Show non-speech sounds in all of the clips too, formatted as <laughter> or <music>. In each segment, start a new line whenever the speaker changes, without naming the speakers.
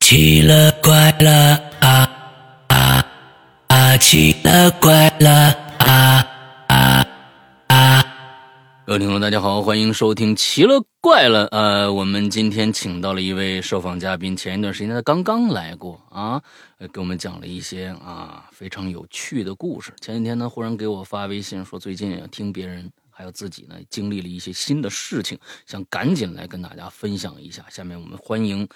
奇了怪了啊啊啊！奇了怪了啊啊啊！
各位听众，大家好，欢迎收听《奇了怪了》。呃，我们今天请到了一位受访嘉宾，前一段时间他刚刚来过啊，呃给我们讲了一些啊非常有趣的故事。前几天呢，忽然给我发微信说，最近听别人还有自己呢经历了一些新的事情，想赶紧来跟大家分享一下。下面我们欢迎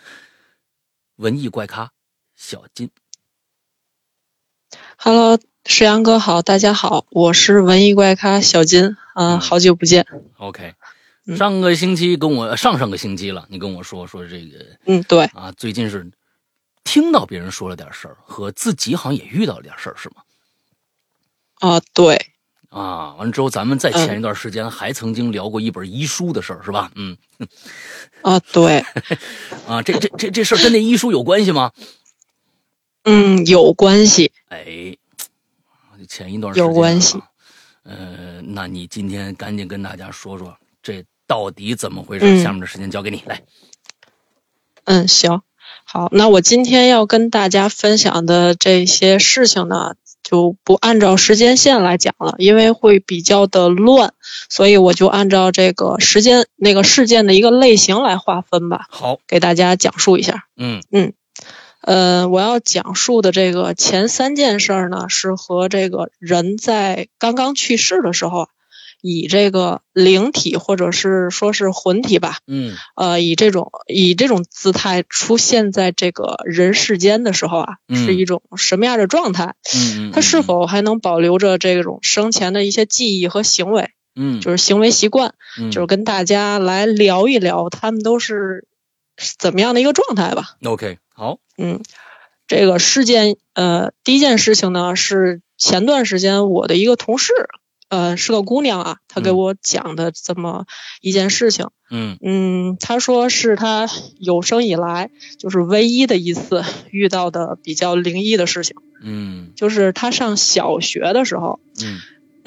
文艺怪咖小金。
Hello，石阳哥好，大家好，我是文艺怪咖小金，嗯、
嗯
好久不见，
OK，
嗯
上个星期跟我上上个星期了，你跟我说说这个
嗯，对，
啊，最近是听到别人说了点事儿，和自己好像也遇到了点事儿，是吗？
啊、对，
啊，完了之后，咱们在
嗯
前一段时间还曾经聊过一本医书的事儿，是吧？嗯，
啊、对，
啊，这这这这事儿跟那医书有关系吗？
嗯，有关系，
哎，前一段时间、啊、
有关系。
呃，那你今天赶紧跟大家说说这到底怎么回事？
嗯
下面的时间交给你来。
嗯，行，好，那我今天要跟大家分享的这些事情呢，就不按照时间线来讲了，因为会比较的乱，所以我就按照这个时间那个事件的一个类型来划分吧，
好，
给大家讲述一下。
嗯
呃，我要讲述的这个前三件事儿呢，是和这个人在刚刚去世的时候啊，以这个灵体或者是说是魂体吧，
嗯
呃，以这种以这种姿态出现在这个人世间的时候啊，
嗯
是一种什么样的状态？
嗯嗯，
他是
嗯
否还能保留着这种生前的一些记忆和行为，
嗯
就是行为习惯？
嗯
就是跟大家来聊一聊，他们都是怎么样的一个状态吧。
OK 好
嗯，这个事件，呃，第一件事情呢是前段时间我的一个同事，呃，是个姑娘啊，她给
嗯
我讲的这么一件事情。
嗯
嗯，她说是她有生以来就是唯一的一次 <laughs> 遇到的比较灵异的事情，
嗯
就是她上小学的时候。
嗯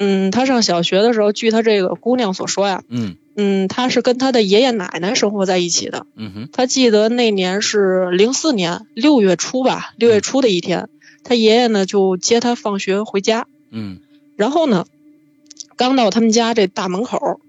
嗯，她上小学的时候，据她这个姑娘所说呀，
嗯
嗯，她是跟她的爷爷奶奶生活在一起的。
嗯哼
他记得那年是零四年六月初吧，六月初的一天，他爷爷呢就接他放学回家，
嗯
然后呢，刚到他们家这大门口，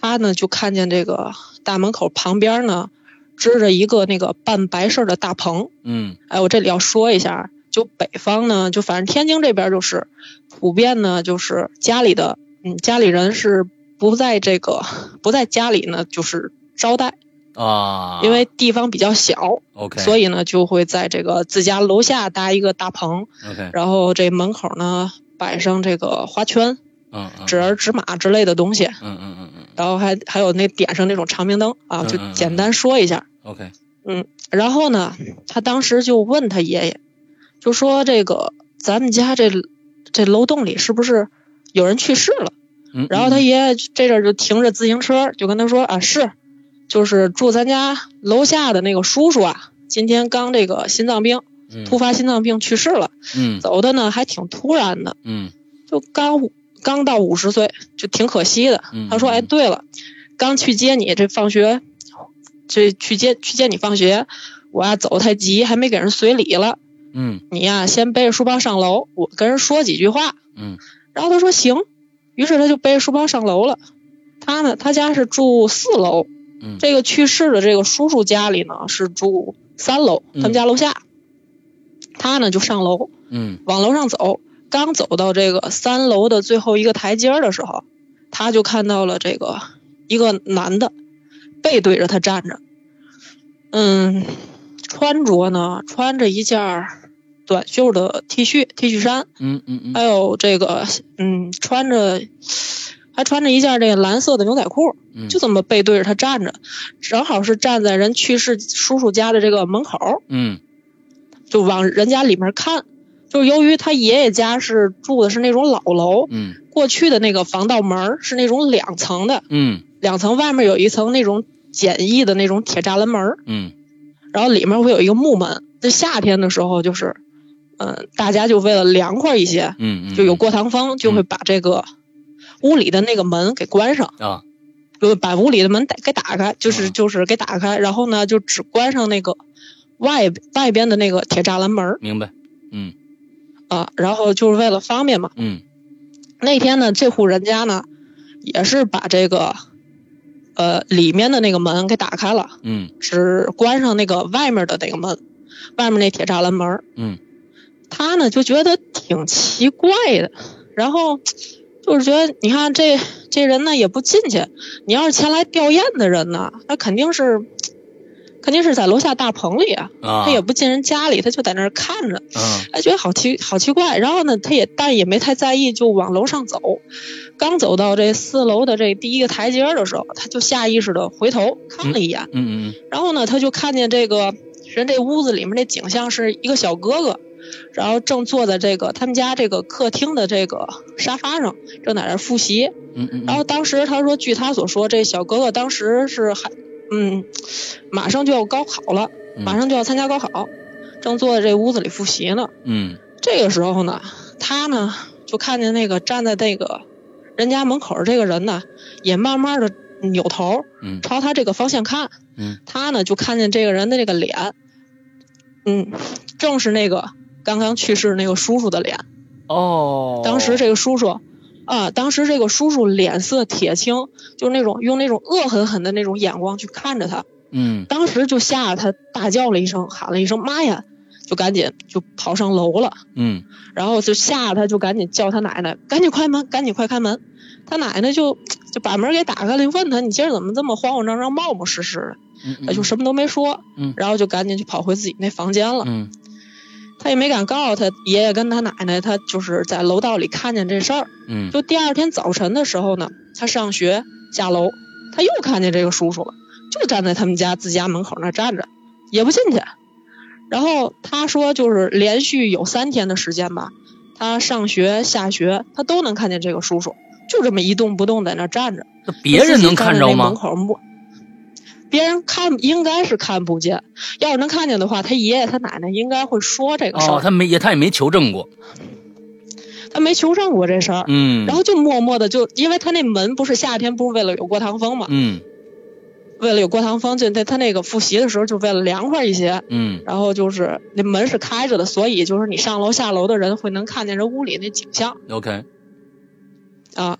他呢就看见这个大门口旁边呢支着一个那个办白事儿的大棚。
嗯
哎，我这里要说一下，啊就北方呢，就反正天津这边就是普遍呢，就是家里的嗯家里人是不在这个不在家里呢，就是招待，
啊，
因为地方比较小。
OK，
所
以
以呢，就会在这个自家楼下搭一个大棚，
OK，
然后这门口呢摆上这个花圈、
嗯嗯，
纸儿、纸马之类的东西，
嗯嗯嗯嗯
然后还还有那点上那种长明灯啊，
嗯
就
嗯嗯
简单说一下。
，OK，
然后呢，他当时就问他爷爷，就说这个咱们家这这楼栋里是不是有人去世了？
嗯，
然后他
嗯
爷爷这阵儿就停着自行车，就跟他说啊，是，就是住咱家楼下的那个叔叔啊，今天刚这个心脏病。
嗯
突发心脏病去世了，
嗯
走的呢还挺突然的，
嗯
就刚五刚到五十岁，就挺可惜的。
嗯，
他说：“哎，
嗯，
对了，刚去接你，这放学，这去接去接你放学，我呀走太急，还没给人随礼了。
嗯
你呀先背着书包上楼，我跟人说几句话。
嗯”
然后他说：“行。”于是他就背着书包上楼了。他呢，他家是住四楼，
嗯
这个去世的这个叔叔家里呢是住三楼，他们家楼下。他呢就上楼，
嗯
往楼上走，刚走到这个三楼的最后一个台阶儿的时候，他就看到了这个一个男的背对着他站着，嗯，穿着呢穿着一件儿短袖的 T 恤 T 恤衫，
嗯嗯
还
嗯
有这个嗯穿着还穿着一件这个蓝色的牛仔裤，
嗯，
就这么背对着他站着，正好是站在人去世叔叔家的这个门口儿。
嗯
就往人家里面看。就是由于他爷爷家是住的是那种老楼，
嗯
过去的那个防盗门儿是那种两层的，
嗯
两层外面有一层那种简易的那种铁栅栏门儿，
嗯
然后里面会有一个木门。这夏天的时候，就是，嗯、大家就为了凉快一些，
嗯，
就有过堂风，就会把这个屋里的那个门给关上，
啊，
就把屋里的门打给打开，就是
嗯
就是给打开，然后呢就只关上那个外外边的那个铁栅栏门儿
明白，嗯
啊，然后就是为了方便嘛。
嗯
那天呢，这户人家呢，也是把这个，呃，里面的那个门给打开了，
嗯
只关上那个外面的那个门，外面那铁栅栏门儿。
嗯
他呢就觉得挺奇怪的，然后就是觉得，你看这这人呢也不进去，你要是前来吊唁的人呢，那肯定是，肯定是在楼下大棚里啊，
啊
他也不进人家里，他就在那儿看着。
嗯
哎，觉得好奇好奇怪。然后呢，他也但也没太在意，就往楼上走。刚走到这四楼的这第一个台阶儿的时候，他就下意识的回头看了一眼，
嗯嗯
然后呢，他就看见这个人这屋子里面这景象是一个小哥哥，然后正坐在这个他们家这个客厅的这个沙发上，正在那儿复习。
嗯嗯，
然后当时他说，据他所说，这小哥哥当时是还嗯，马上就要高考了，
嗯
马上就要参加高考，正坐在这屋子里复习呢。
嗯
这个时候呢，他呢就看见那个站在那个人家门口儿这个人呢，也慢慢的扭头
嗯
朝他这个方向看。
嗯，
他呢就看见这个人的这个脸，嗯，正是那个刚刚去世那个叔叔的脸。
哦，
当时这个叔叔。啊！当时这个叔叔脸色铁青，就是那种用那种恶狠狠的那种眼光去看着他，
嗯
当时就吓得他大叫了一声，喊了一声“妈呀”，就赶紧就跑上楼了。
嗯
然后就吓他，就赶紧叫他奶奶，赶紧开门，赶紧快开门。他奶奶就就把门给打开了，就问他你今儿怎么这么慌慌张张、冒冒失失
嗯
的，就什么都没说，
嗯
然后就赶紧就跑回自己那房间了。
嗯
他也没敢告诉他爷爷跟他奶奶，他就是在楼道里看见这事儿。
嗯
就第二天早晨的时候呢，他上学下楼，他又看见这个叔叔了，就站在他们家自家门口那儿站着，也不进去。然后他说，就是连续有三天的时间吧，他上学下学，他都能看见这个叔叔，就这么一动不动在那儿站着。
那别人能看着
他自己站在那
吗
门？口摸，别人看应该是看不见。要是能看见的话，他爷爷他奶奶应该会说这个事儿。
哦，他没也他也没求证过，
他没求证过这事儿，
嗯，
然后就默默的就，因为他那门不是夏天不是为了有过堂风嘛，
嗯
为了有过堂风，就他他那个复习的时候就为了凉快一些，
嗯
然后就是那门是开着的，所以就是你上楼下楼的人会能看见这屋里那景象
嗯，OK，
啊。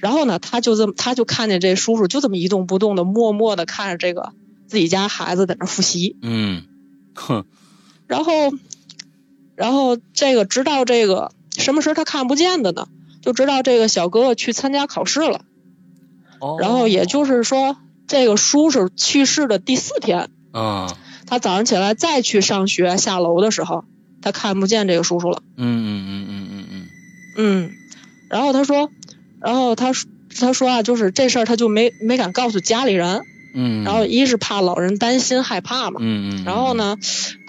然后呢，他就这么他就看见这叔叔就这么一动不动的，默默的看着这个自己家孩子在那复习，
嗯，哼，
然后，然后这个直到这个什么时候他看不见的呢？就直到这个小哥哥去参加考试了。
哦，
然后也就是说，这个叔叔去世的第四天，
啊，
他早上起来再去上学下楼的时候，他看不见这个叔叔了。
嗯嗯嗯嗯嗯
嗯，然后他说，然后他说他说啊，就是这事儿他就没没敢告诉家里人，
嗯，
然后一是怕老人担心害怕嘛，
嗯嗯，
然后？呢，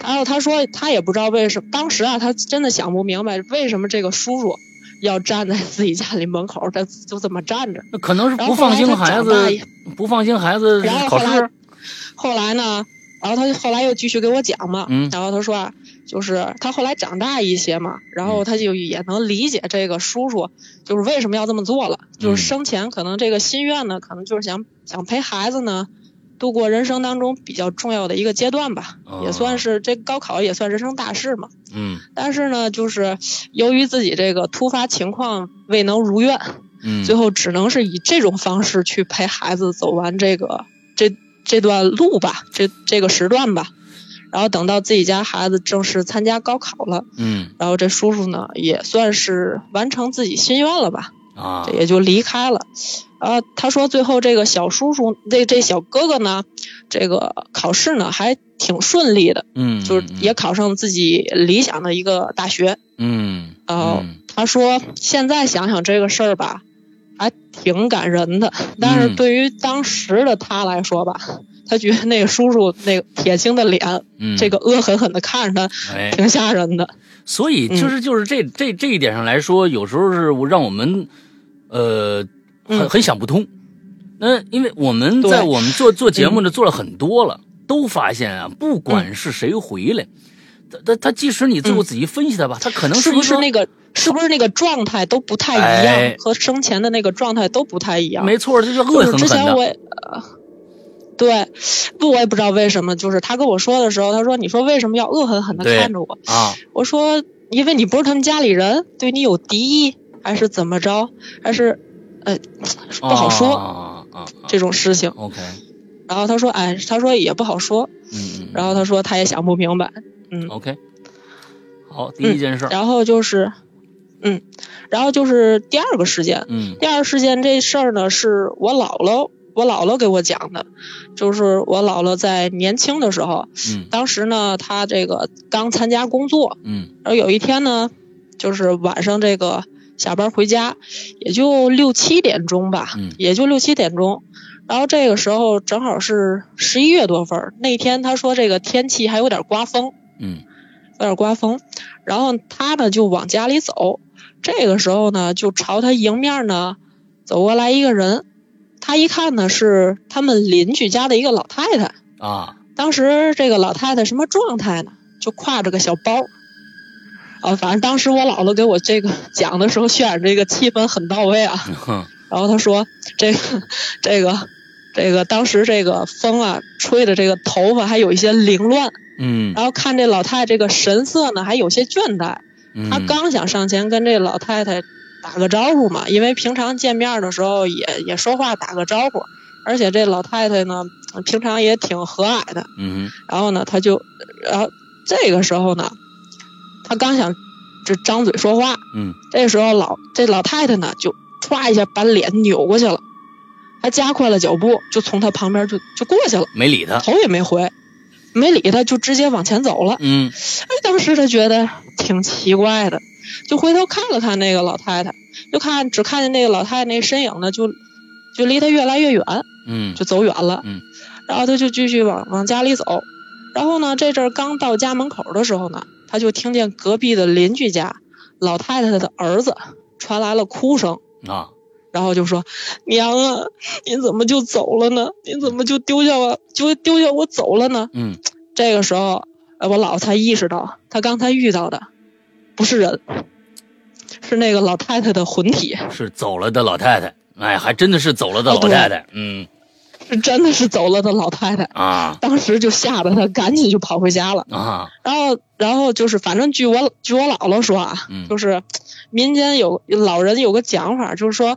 然后他说他也不知道为什么，当时啊他真的想不明白为什么这个叔叔要站在自己家里门口，他就这么站着。
那可能是
然
不
后后
放
来
心
他
孩
长
子
大以，
不放心孩子
然后
考
后来
试，
后来呢，然后他后来又继续给我讲嘛，
嗯
然后他说啊，就是他后来长大一些嘛，然后他就也能理解这个叔叔就是为什么要这么做了，就是生前可能这个心愿呢，可能就是想想陪孩子呢。度过人生当中比较重要的一个阶段吧，也算是这高考也算人生大事嘛。
嗯
但是呢，就是由于自己这个突发情况未能如愿，
嗯，
最后只能是以这种方式去陪孩子走完这个这这段路吧，这这个时段吧。然后等到自己家孩子正式参加高考了，
嗯
然后这叔叔呢也算是完成自己心愿了吧，
啊
这，也就离开了。啊，他说最后这个小叔叔，这这小哥哥呢，这个考试呢还挺顺利的，
嗯，
就是也考上自己理想的一个大学。
嗯
哦，他说现在想想这个事儿吧，还挺感人的。但
嗯
是对于当时的他来说吧，他觉得那个叔叔那个铁青的脸，
嗯，
这个恶狠狠的看着他，
哎，
<laughs> 挺吓人的。
所
嗯
以就是就是这这这一点上来说，有时候是我让我们呃很
嗯
很想不通。那因为我们
对嗯
在我们做做节目呢，做了很多了，都发现啊，不管是谁回来，他他他即使你最后
嗯
仔细分析他吧，他可能
是
一
不是
个
那个？是不是那个状态都不太一样，
哎
和生前的那个状态都不太一样？
没错，这是
就
恶
是
狠
之
狠
前
的
我也、呃，对，不，我也不知道为什么，就是他跟我说的时候，他说：“你说为什么要恶狠狠的
对
看着我
啊，？”
我说：“因为你不是他们家里人，对你有敌意，还是怎么着？还是，呃，不好说
啊啊啊啊
这种事情。
OK，”
然后他说：“哎，他说也不好说。
嗯嗯”，
然后他说他也想不明白。
嗯 OK，好，第一件事儿，
然后就是，嗯，然后就是第二个事件，
嗯
第二事件这事儿呢，是我姥姥，我姥姥给我讲的，就是我姥姥在年轻的时候，
嗯
当时呢，她这个刚参加工作，
嗯
然后有一天呢，就是晚上这个下班回家，也就六七点钟吧，
嗯
也就六七点钟。然后这个时候正好是十一月多份儿，那天她说这个天气还有点刮风，
嗯
有点刮风，然后他呢就往家里走，这个时候呢就朝他迎面呢走过来一个人，他一看呢是他们邻居家的一个老太太，
啊
当时这个老太太什么状态呢？就挎着个小包，啊，反正当时我姥姥给我这个 <laughs> 讲的时候渲染这个气氛很到位啊，
哼
然后他说这个这个这个当时这个风啊吹的这个头发还有一些凌乱。
嗯
然后看这老太太这个神色呢，还有些倦怠。
嗯，
他刚想上前跟这老太太打个招呼嘛，因为平常见面的时候也也说话打个招呼，而且这老太太呢，平常也挺和蔼的。
嗯
然后呢，他就，然后这个时候呢，他刚想就张嘴说话，
哼嗯
这时候老这老太太呢，就歘一下把脸扭过去了，还加快了脚步，就从他旁边就就过去了，
没理他，
头也没回，没理他，就直接往前走了。
嗯
哎，当时他觉得挺奇怪的，就回头看了看那个老太太，就看只看见那个老太太那身影呢，就就离他越来越远，
嗯
就走远了。
嗯，
然后他就继续往往家里走，然后呢，这阵儿刚到家门口的时候呢，他就听见隔壁的邻居家老太太的儿子传来了哭声。
啊
然后就说：“娘啊，您怎么就走了呢？您怎么就丢下我，就丢下我走了呢？”
嗯
这个时候，呃，我姥才意识到，她刚才遇到的不是人，是那个老太太的魂体，
是走了的老太太，哎，还真的是走了的
哦
老
对
太太，嗯
是真的是走了的老太太。
啊
当时就吓得她赶紧就跑回家了。
啊
然后，然后就是，反正据我据我姥姥说啊，
嗯
就是民间有老人有个讲法，就是说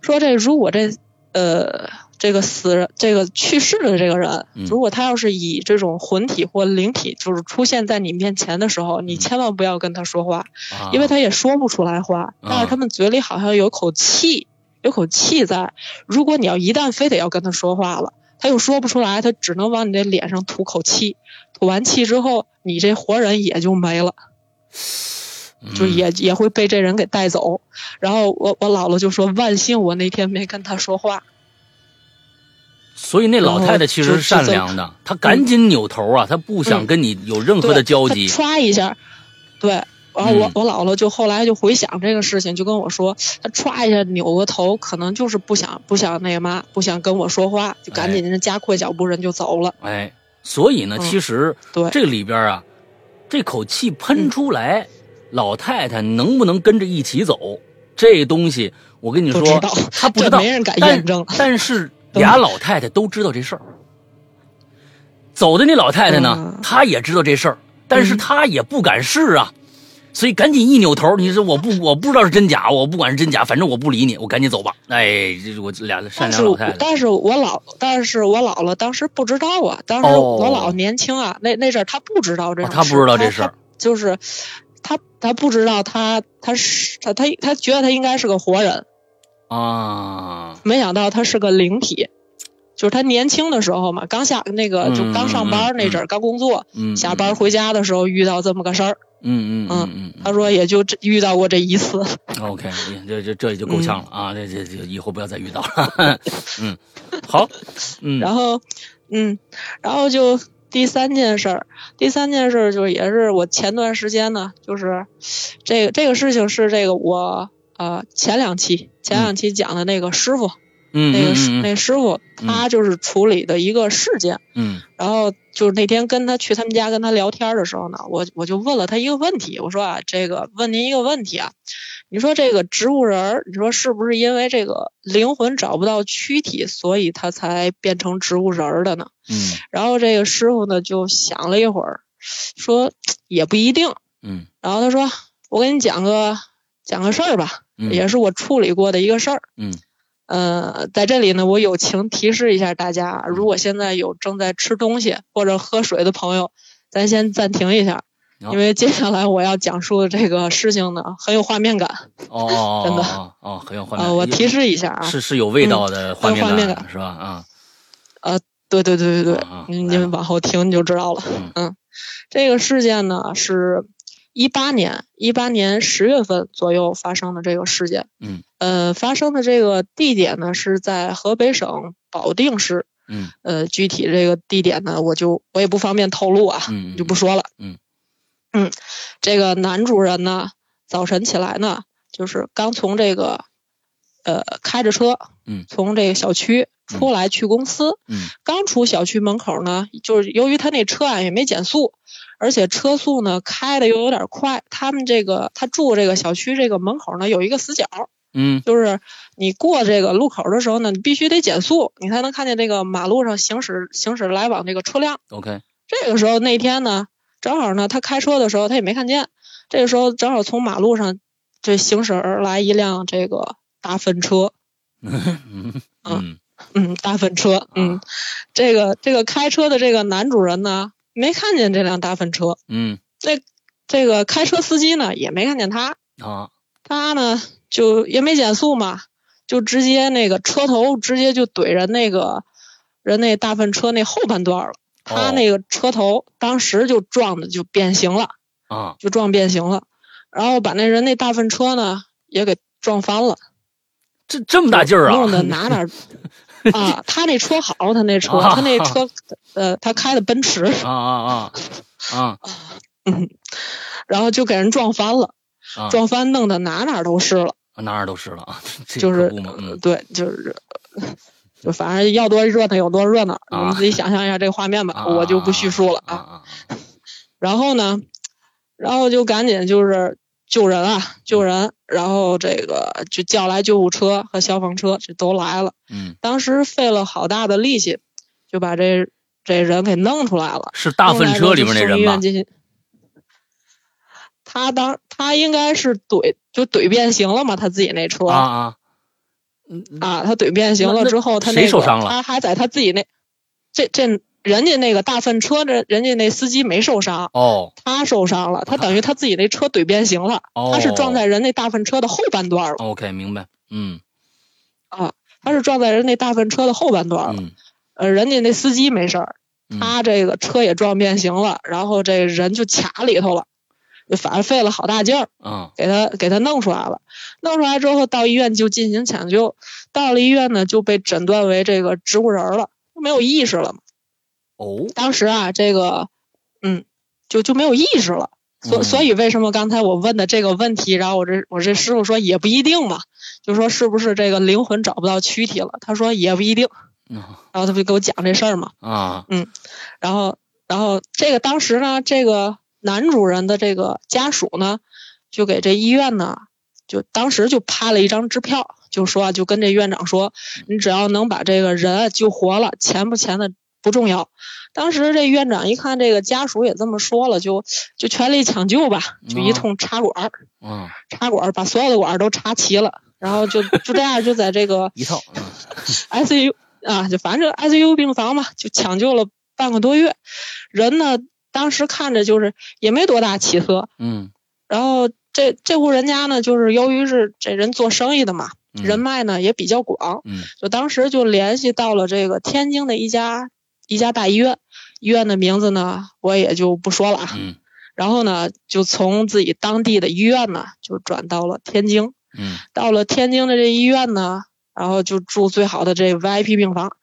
说这如果这呃这个死人这个去世的这个人，
嗯
如果他要是以这种魂体或灵体就是出现在你面前的时候，你
嗯
千万不要跟他说话，
啊，
因为他也说不出来话，但
啊
是他们嘴里好像有口气，有口气在。如果你要一旦非得要跟他说话了，他又说不出来，他只能往你这脸上吐口气，吐完气之后，你这活人也就没了，就
嗯
也也会被这人给带走。然后我我姥姥就说，万幸我那天没跟他说话。
所以那老
嗯
太太其实是善良的，她赶紧扭头啊，她不想跟你有任何的交
他
集。
歘一下，对。然后我
嗯
我姥姥就后来就回想这个事情，就跟我说，她歘一下扭个头，可能就是不想不想那嘛，不想跟我说话，就赶紧人家加快脚步，人就走了。
哎，所以呢，
嗯
其实
对嗯
这里边啊，这口气喷出来，老太太能不能跟着一起走，这东西我跟你
不知
说
道，
她不
这
知道，
没人敢
但
验证
但是俩老太太都知道这事儿。走的那老太太呢
嗯，
她也知道这事儿，但是
嗯
她也不敢试啊，所以赶紧一扭头，你说我不我不知道是真假，我不管是真假，反正我不理你，我赶紧走吧。哎，这我俩善
但
良
是
老
我
太太，
但是我姥，但是我姥姥当时不知道啊，当时
哦
我姥年轻啊，那那阵儿她不知道这
哦
种事、
她不知道这事
她
儿
她就是她她不知道她她是她她她觉得她应该是个活人，
啊，
没想到他是个灵体，就是他年轻的时候嘛，刚下那个就刚上班那阵儿，刚工作，
嗯，
下班回家的时候遇到这么个事儿。
嗯，嗯嗯嗯嗯，
他说也就这遇到过这一次，
OK，这这这也就够呛了
嗯
啊！这这这以后不要再遇到
<laughs>
了。嗯，好，嗯
<laughs> 然后，嗯，然后就第三件事儿，第三件事儿就是也是我前段时间呢，就是这个这个事情是这个我呃前两期前两期讲的那个师傅，
嗯
那个师
嗯嗯
那师傅，他就是处理的一个事件。
嗯
然后就是那天跟他去他们家跟他聊天的时候呢，我我就问了他一个问题，我说啊，这个问您一个问题啊，你说这个植物人儿，你说是不是因为这个灵魂找不到躯体，所以他才变成植物人儿的呢？
嗯
然后这个师傅呢就想了一会儿，说也不一定。
嗯
然后他说，我给你讲个讲个事儿吧，
嗯，
也是我处理过的一个事儿。
嗯，
呃，在这里呢，我友情提示一下大家啊，如果现在有正在吃东西或者喝水的朋友，咱先暂停一下，
哦
因为接下来我要讲述的这个事情呢很有画面感
哦哦哦哦哦，很有画
啊、
面感。
呃我提示一下啊，
是是有味道的画面
很有画面
是吧？啊，
对对对对对
啊啊，
你
来
你们往后听你就知道了
嗯。
嗯，这个事件呢是一八年一八年十月份左右发生的这个事件。
嗯，
呃，发生的这个地点呢是在河北省保定市。
嗯
呃，具体这个地点呢，我就我也不方便透露啊，
嗯，
就不说了。
嗯
嗯这个男主人呢，早晨起来呢，就是刚从这个呃开着车，
嗯
从这个小区出来去公司，
嗯
刚出小区门口呢，就是由于他那车啊也没减速，而且车速呢开的又有点快，他们这个他住这个小区这个门口呢有一个死角，
嗯
就是你过这个路口的时候呢，你必须得减速，你才能看见这个马路上行驶行驶来往这个车辆。
，OK， <laughs>
这个时候那天呢，正好呢，他开车的时候他也没看见，这个时候正好从马路上这行驶而来一辆这个大粪车，
嗯嗯
嗯，大粪车，嗯
啊，
这个这个开车的这个男主人呢，没看见这辆大粪车，
嗯
这个开车司机呢也没看见他，
啊，
他呢就也没减速嘛，就直接那个车头直接就怼人那个人那大粪车那后半段了。他
哦
那个车头当时就撞的就变形了，
啊
就撞变形了，然后把那人那大粪车呢也给撞翻了，
这这么大劲儿啊！
弄得哪哪儿啊！他那车好，他那车，
啊
他那车呃，他开的奔驰，
<laughs> 啊啊啊啊
然后就给人撞翻了，
啊！
撞翻弄得哪哪儿都是了。
哪儿都是了啊，这
就
可
是
不嘛，嗯
对，就是就反正要多热闹有多热闹，
啊
你们自己想象一下这个画面吧，
啊，
呃我就不叙述了
啊
啊。
啊
然后呢，然后就赶紧就是救人啊，救人，然后这个就叫来救护车和消防车，这都来了。
嗯，
当时费了好大的力气，就把这这人给弄出来了。
是大粪车里边那
弄
人
来之后就送医
吧
院？进行他当他应该是怼就怼变形了嘛，他自己那车
啊啊，
啊，他怼变形
那
了
那
之后，他
谁
那个
受伤了
他还在他自己那，这这人家那个大粪车这人家那司机没受伤，
哦
他受伤了，他等于他自己那车怼变形了，
哦，
他是撞在人那大粪车的后半段了，
OK，明白，嗯
他是撞在人那大粪车的后半段了，
嗯
呃，人家那司机没事儿，
嗯
他这个车也撞变形了，然后这人就卡里头了，就反正费了好大劲儿。
啊
给他给他弄出来了。弄出来之后到医院就进行抢救，到了医院呢就被诊断为这个植物人儿了，就没有意识了嘛。
哦，
当时啊，这个嗯，就就没有意识了。所
嗯
所以为什么刚才我问的这个问题，然后我这我这师傅说也不一定嘛，就说是不是这个灵魂找不到躯体了？他说也不一定，然后他不就给我讲这事儿嘛。
啊
然后，然后这个当时呢，这个男主人的这个家属呢，就给这医院呢，就当时就拍了一张支票，就说啊就跟这院长说，你只要能把这个人啊救活了，钱不钱的不重要。当时这院长一看这个家属也这么说了，就就全力抢救吧，就一
嗯
通插管儿，
啊，
插管儿把所有的管儿都插齐了，然后就就这样就在这个
一套，
ICU 啊，就反正 ICU 病房嘛，就抢救了半个多月。人呢，当时看着就是也没多大起色。
嗯
然后这这户人家呢，就是由于是这人做生意的嘛，
嗯
人脉呢也比较广，
嗯
就当时就联系到了这个天津的一家一家大医院，医院的名字呢我也就不说了啊。
嗯
然后呢，就从自己当地的医院呢，就转到了天津。
嗯
到了天津的这医院呢，然后就住最好的这 VIP 病房，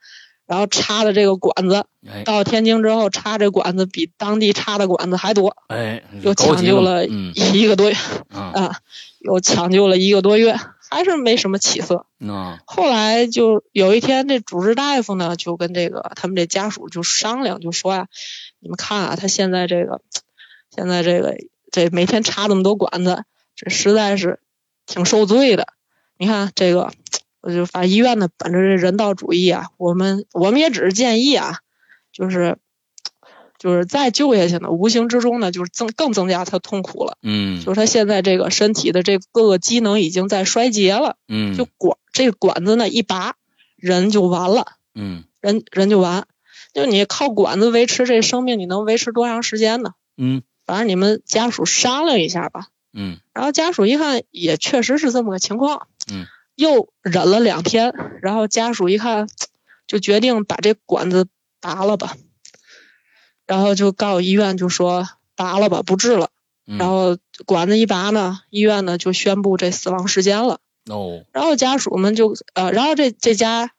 然后插的这个管子，
哎
到天津之后插这管子比当地插的管子还多，
哎，
又抢救了
嗯
一个多月
啊
啊，又抢救了一个多月，还是没什么起色。
那
后来就有一天，这主治大夫呢就跟这个他们这家属就商量，就说呀、你们看啊，他现在这个，现在这个这每天插这么多管子，这实在是挺受罪的。你看这个，我就反正医院呢本着这人道主义啊，我们我们也只是建议啊，就是就是再救下去呢，无形之中呢就是增更增加他痛苦了，
嗯
就是他现在这个身体的这各个机能已经在衰竭了。
嗯
就管这管子呢一拔，人就完了，
嗯
人人就完。就你靠管子维持这生命，你能维持多长时间呢？
嗯
反正你们家属商量一下吧。
嗯
然后家属一看，也确实是这么个情况，
嗯，
又忍了两天，然后家属一看，就决定把这管子拔了吧。然后就告医院，就说拔了吧，不治了。
嗯，
然后管子一拔呢，医院呢就宣布这死亡时间了。
哦
然后家属们就呃，然后这这家，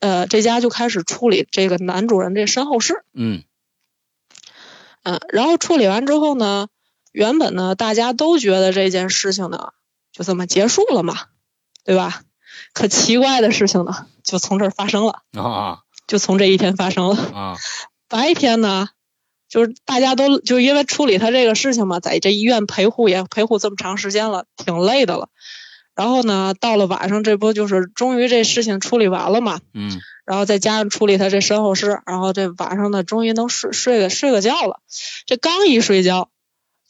呃，这家就开始处理这个男主人这身后事，
嗯
嗯、然后处理完之后呢，原本呢大家都觉得这件事情呢就这么结束了嘛，对吧？可奇怪的事情呢，就从这儿发生了，
啊
就从这一天发生了。
啊
白天呢，就是大家都就因为处理他这个事情嘛，在这医院陪护也陪护这么长时间了，挺累的了。然后呢，到了晚上，这不就是终于这事情处理完了嘛？
嗯
然后再加上处理他这身后事，然后这晚上呢，终于能睡睡个睡个觉了。这刚一睡觉，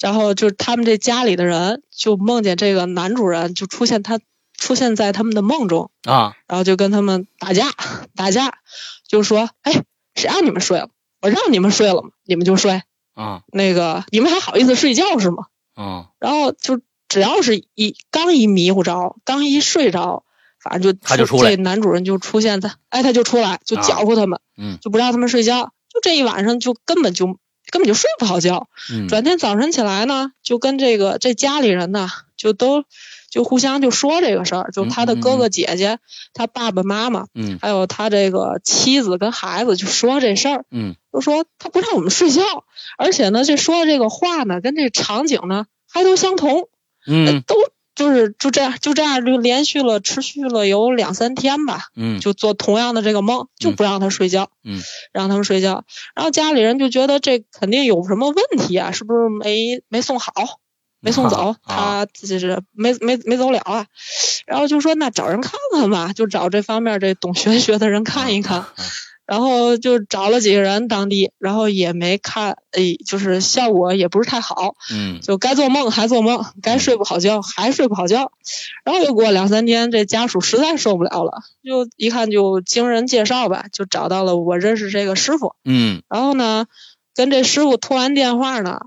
然后就是他们这家里的人就梦见这个男主人就出现他出现在他们的梦中，
啊
然后就跟他们打架，打架，就说：“哎，谁让你们睡了？我让你们睡了嘛，你们就睡。
啊
那个你们还好意思睡觉是吗
啊，？”
然后就只要是一刚一迷糊着，刚一睡着，反正就
他就出来
这男主人就出现在，哎，他就出来就
啊
搅和他们，
嗯
就不让他们睡觉，就这一晚上就根本就根本就睡不好觉。
嗯
转天早晨起来呢，就跟这个这家里人呢，就都就互相就说这个事儿，就他的哥哥姐姐、他爸爸妈妈，
嗯
还有他这个妻子跟孩子，就说这事儿，
嗯
就说他不让我们睡觉，而且呢，这说的这个话呢，跟这场景呢还都相同，
嗯
呃都就是就这样就这样就连续了持续了有两三天吧，
嗯
就做同样的这个梦，就不让他睡觉，
嗯，
让他们睡觉。然后家里人就觉得这肯定有什么问题啊，是不是没没送好，没送走，
啊
他这是没没没走了啊。然后就说那找人看看吧，就找这方面这懂玄学的人看一
啊
看。 <laughs> 然后就找了几个人当地，然后也没看，哎，就是效果也不是太好，
嗯
就该做梦还做梦，该睡不好觉还睡不好觉。然后又过两三天，这家属实在受不了了，就一看就经人介绍吧，就找到了我认识这个师傅。
嗯
然后呢，跟这师傅通完电话呢，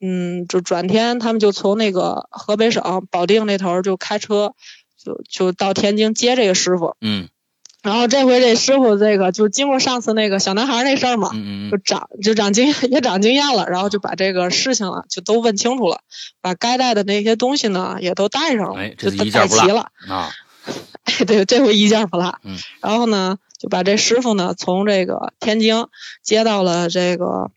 嗯，就转天他们就从那个河北省保定那头儿就开车，就就到天津接这个师傅。
嗯
然后这回这师傅这个就经过上次那个小男孩那事儿嘛，
嗯
就
嗯
长就长经 <laughs> 也长经验了，然后就把这个事情啊就都问清楚了，把该带的那些东西呢也都带上了，
哎这次
就都
一件
带
不落
齐了。 <laughs>
啊
哎，对，这回一件不落。
嗯。
然后呢，就把这师傅呢从这个天津接到了这个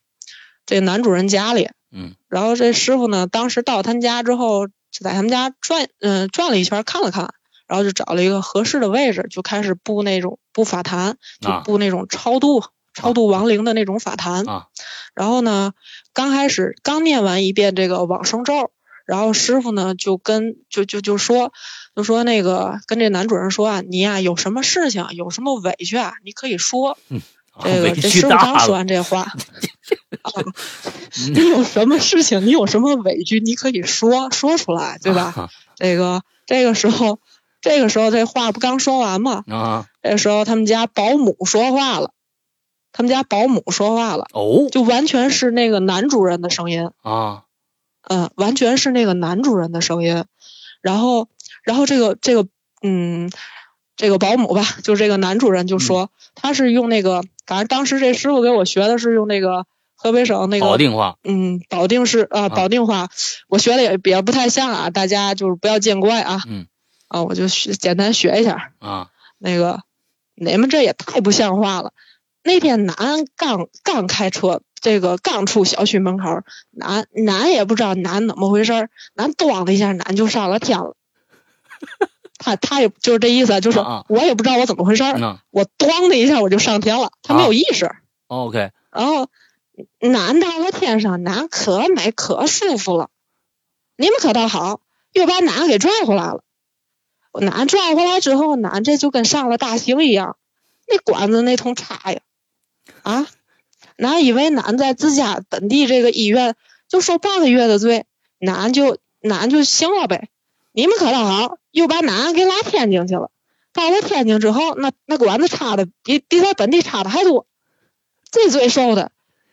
这男主人家里。
嗯。
然后这师傅呢，当时到他们家之后，就在他们家转嗯、转了一圈，看了看。然后就找了一个合适的位置，就开始布那种布法坛，就
啊
布那种超度、超度亡灵的那种法坛。
啊
然后呢，刚开始刚念完一遍这个往生咒，然后师傅呢就跟就就就说，就说那个跟这男主人说啊，你呀、有什么事情，有什么委屈啊，你可以说。这
啊
个
<laughs> 委
呃这
屈
师傅刚
大
说
了，嗯
完
<laughs>
这话，啊，你有什么事情，你有什么委屈，你可以说说出来，对
<laughs>
吧？
啊
这个这个时候，这个时候这话不刚说完吗？
啊
这时候他们家保姆说话了，他们家保姆说话了，
哦
就完全是那个男主人的声音。
啊
嗯，完全是那个男主人的声音。然后，然后这个这个，嗯，这个保姆吧，就是这个男主人就说，
嗯
他是用那个，反正当时这师傅给我学的是用那个河北省那个，
保定话
嗯，保定市啊，保定话，我学的也也不太像啊，大家就是不要见怪啊。
嗯。
啊，我就学简单学一下
啊
那个，你们这也太不像话了。那天男刚刚开车，这个刚出小区门口，男男也不知道男怎么回事儿，男咣的一下，男就上了天了。他他也就是这意思啊，就是
啊啊
我也不知道我怎么回事儿，
那啊
我咣的一下我就上天了，他没有意识，
哦 OK，
然后俺到了天上，俺可美可舒服了，你们可倒好，又把俺给拽回来了。俺拽回来之后，俺这就跟上了大刑一样，那管子那通插呀，啊，俺以为俺在自家本地这个医院就受半个月的罪，俺就俺就行了呗。你们可倒好，又把俺给拉天津去了。到了天津之后，那那管子插的比比在本地插的还多。这罪受的，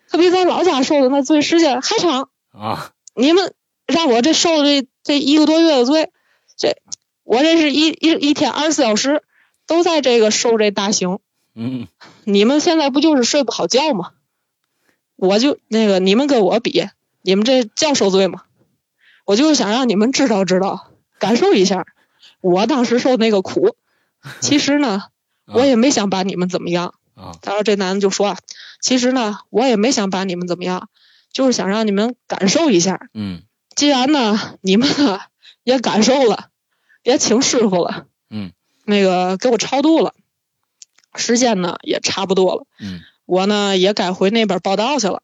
可比咱老家受的那罪时间还长。
啊，
你们让我这受的这这一个多月的罪，这我这是一一一天二十四小时都在这个受这大刑。
嗯，
你们现在不就是睡不好觉吗？我就那个你们跟我比，你们这叫受罪吗？我就是想让你们知道知道，感受一下我当时受那个苦。其实呢，我也没想把你们怎么样。
啊
然后这男的就说啊：“其实呢，我也没想把你们怎么样，就是想让你们感受一下。
嗯
既然呢，你们呢也感受了，也请师傅了，
嗯，
那个给我超度了，时间呢也差不多了，
嗯
我呢也该回那边报道去了。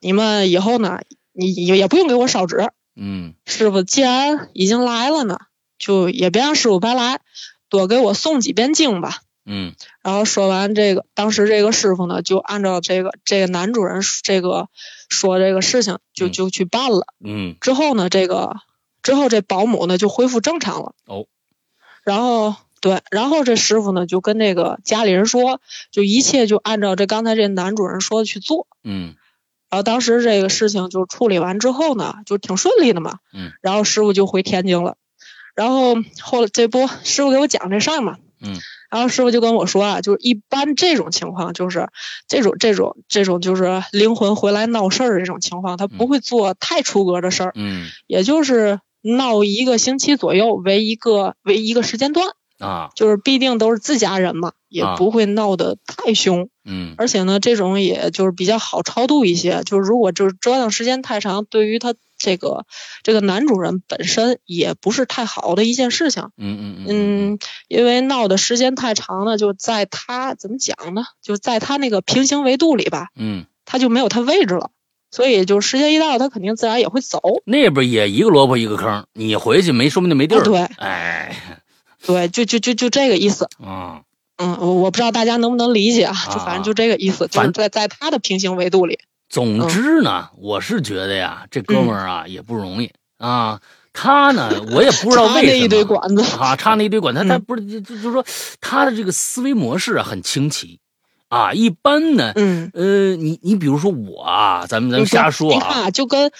你们以后呢，你也也不用给我烧纸，
嗯
师傅既然已经来了呢，就也别让师傅白来，多给我诵几遍经吧。”
嗯
然后说完这个，当时这个师傅呢，就按照这个这个男主人说这个说这个事情，就
嗯
就去办了。
嗯
之后呢，这个之后这保姆呢就恢复正常了。
哦。
然后对，然后这师傅呢就跟那个家里人说，就一切就按照这刚才这男主人说的去做。
嗯
然后当时这个事情就处理完之后呢，就挺顺利的嘛。
嗯。
然后师傅就回天津了。然后后来这不，师傅给我讲这事儿嘛。
嗯。
然后师傅就跟我说啊，就是一般这种情况，就是这种这种这种就是灵魂回来闹事儿这种情况，他不
嗯
会做太出格的事儿，
嗯
也就是闹一个星期左右为一个为一个时间段，
啊，
就是必定都是自家人嘛，也
啊
不会闹得太凶。
嗯
而且呢，这种也就是比较好超度一些。就是如果就是折腾时间太长，对于他这个这个男主人本身也不是太好的一件事情。
嗯嗯
嗯，因为闹的时间太长呢，就在他怎么讲呢？就在他那个平行维度里吧，
嗯，
他就没有他位置了。所以就时间一到，他肯定自然也会走。
那边也一个萝卜一个坑，你回去没说不定没地
啊，
儿。
对
哎，
对，就就就就这个意思。
啊，
嗯，我我不知道大家能不能理解啊，就反正就这个意思，就
反
是在在他的平行维度里。嗯
总之呢，我是觉得呀，这哥们儿啊、也不容易啊。他呢，我也不知道
他
为什
那
么
一堆管子，
啊，插那一堆管，他他
嗯
不是就就就说他的这个思维模式啊很清奇啊。一般呢，
嗯。
呃，你你比如说我啊，咱们咱
不
们
是
瞎说
你看
啊
啊，就跟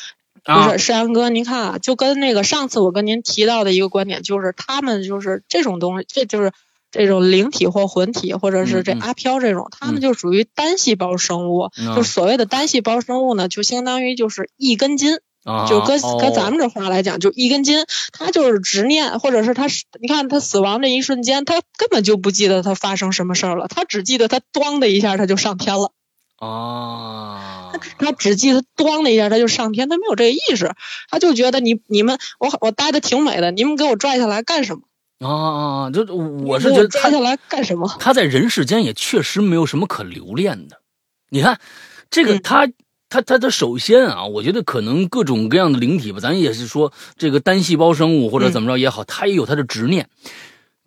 不
啊
是山哥，您看啊，就跟那个上次我跟您提到的一个观点，就是他们就是这种东西，这就是这种灵体或魂体，或者是这
嗯嗯
阿飘这种，他们就属于单细胞生物。
嗯
就是所谓的单细胞生物呢，就相当于就是一根筋，
啊，
就搁
哦
搁咱们这话来讲，就一根筋，他就是执念，或者是他是，你看他死亡这一瞬间，他根本就不记得他发生什么事儿了，他只记得他咣的一下他就上天了。
啊，
他只记得咣的一下，他就上天，他没有这个意识，他就觉得你你们我我待的挺美的，你们给我拽下来干什么？
啊啊，就我
你
是
给
觉得
拽
他
下来干什么？
他在人世间也确实没有什么可留恋的。你看，这个
嗯
他、他他他首先啊，我觉得可能各种各样的灵体吧，咱也是说这个单细胞生物或者
嗯
怎么着也好，他也有他的执念。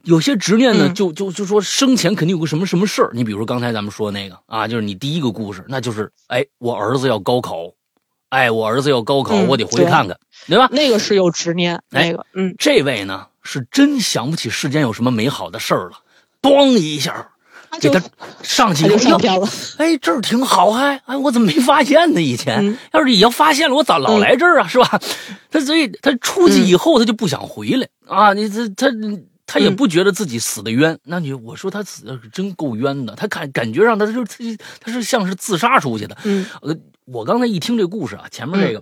有些执念呢，
嗯
就就就说生前肯定有个什么什么事儿。你比如说刚才咱们说那个啊，就是你第一个故事，那就是哎，我儿子要高考，哎，我儿子要高考，
嗯
我得回去
对
看看，对吧？
那个是有执念，
哎
那个嗯，
这位呢是真想不起世间有什么美好的事儿了，咣一下
他
给
就
他上去
他
以
就
后，
上天了，
哎，这儿挺好嗨，哎，我怎么没发现呢？以前、
嗯
要是已经发现了，我早老来这儿啊，是吧？他所以他出
嗯
去以后，他就不想回来、啊。你这他他
嗯
也不觉得自己死的冤，那你我说他死的真够冤的，他感感觉上他就自己他是像是自杀出去的。
嗯
呃，我刚才一听这
嗯
故事啊，前面这个，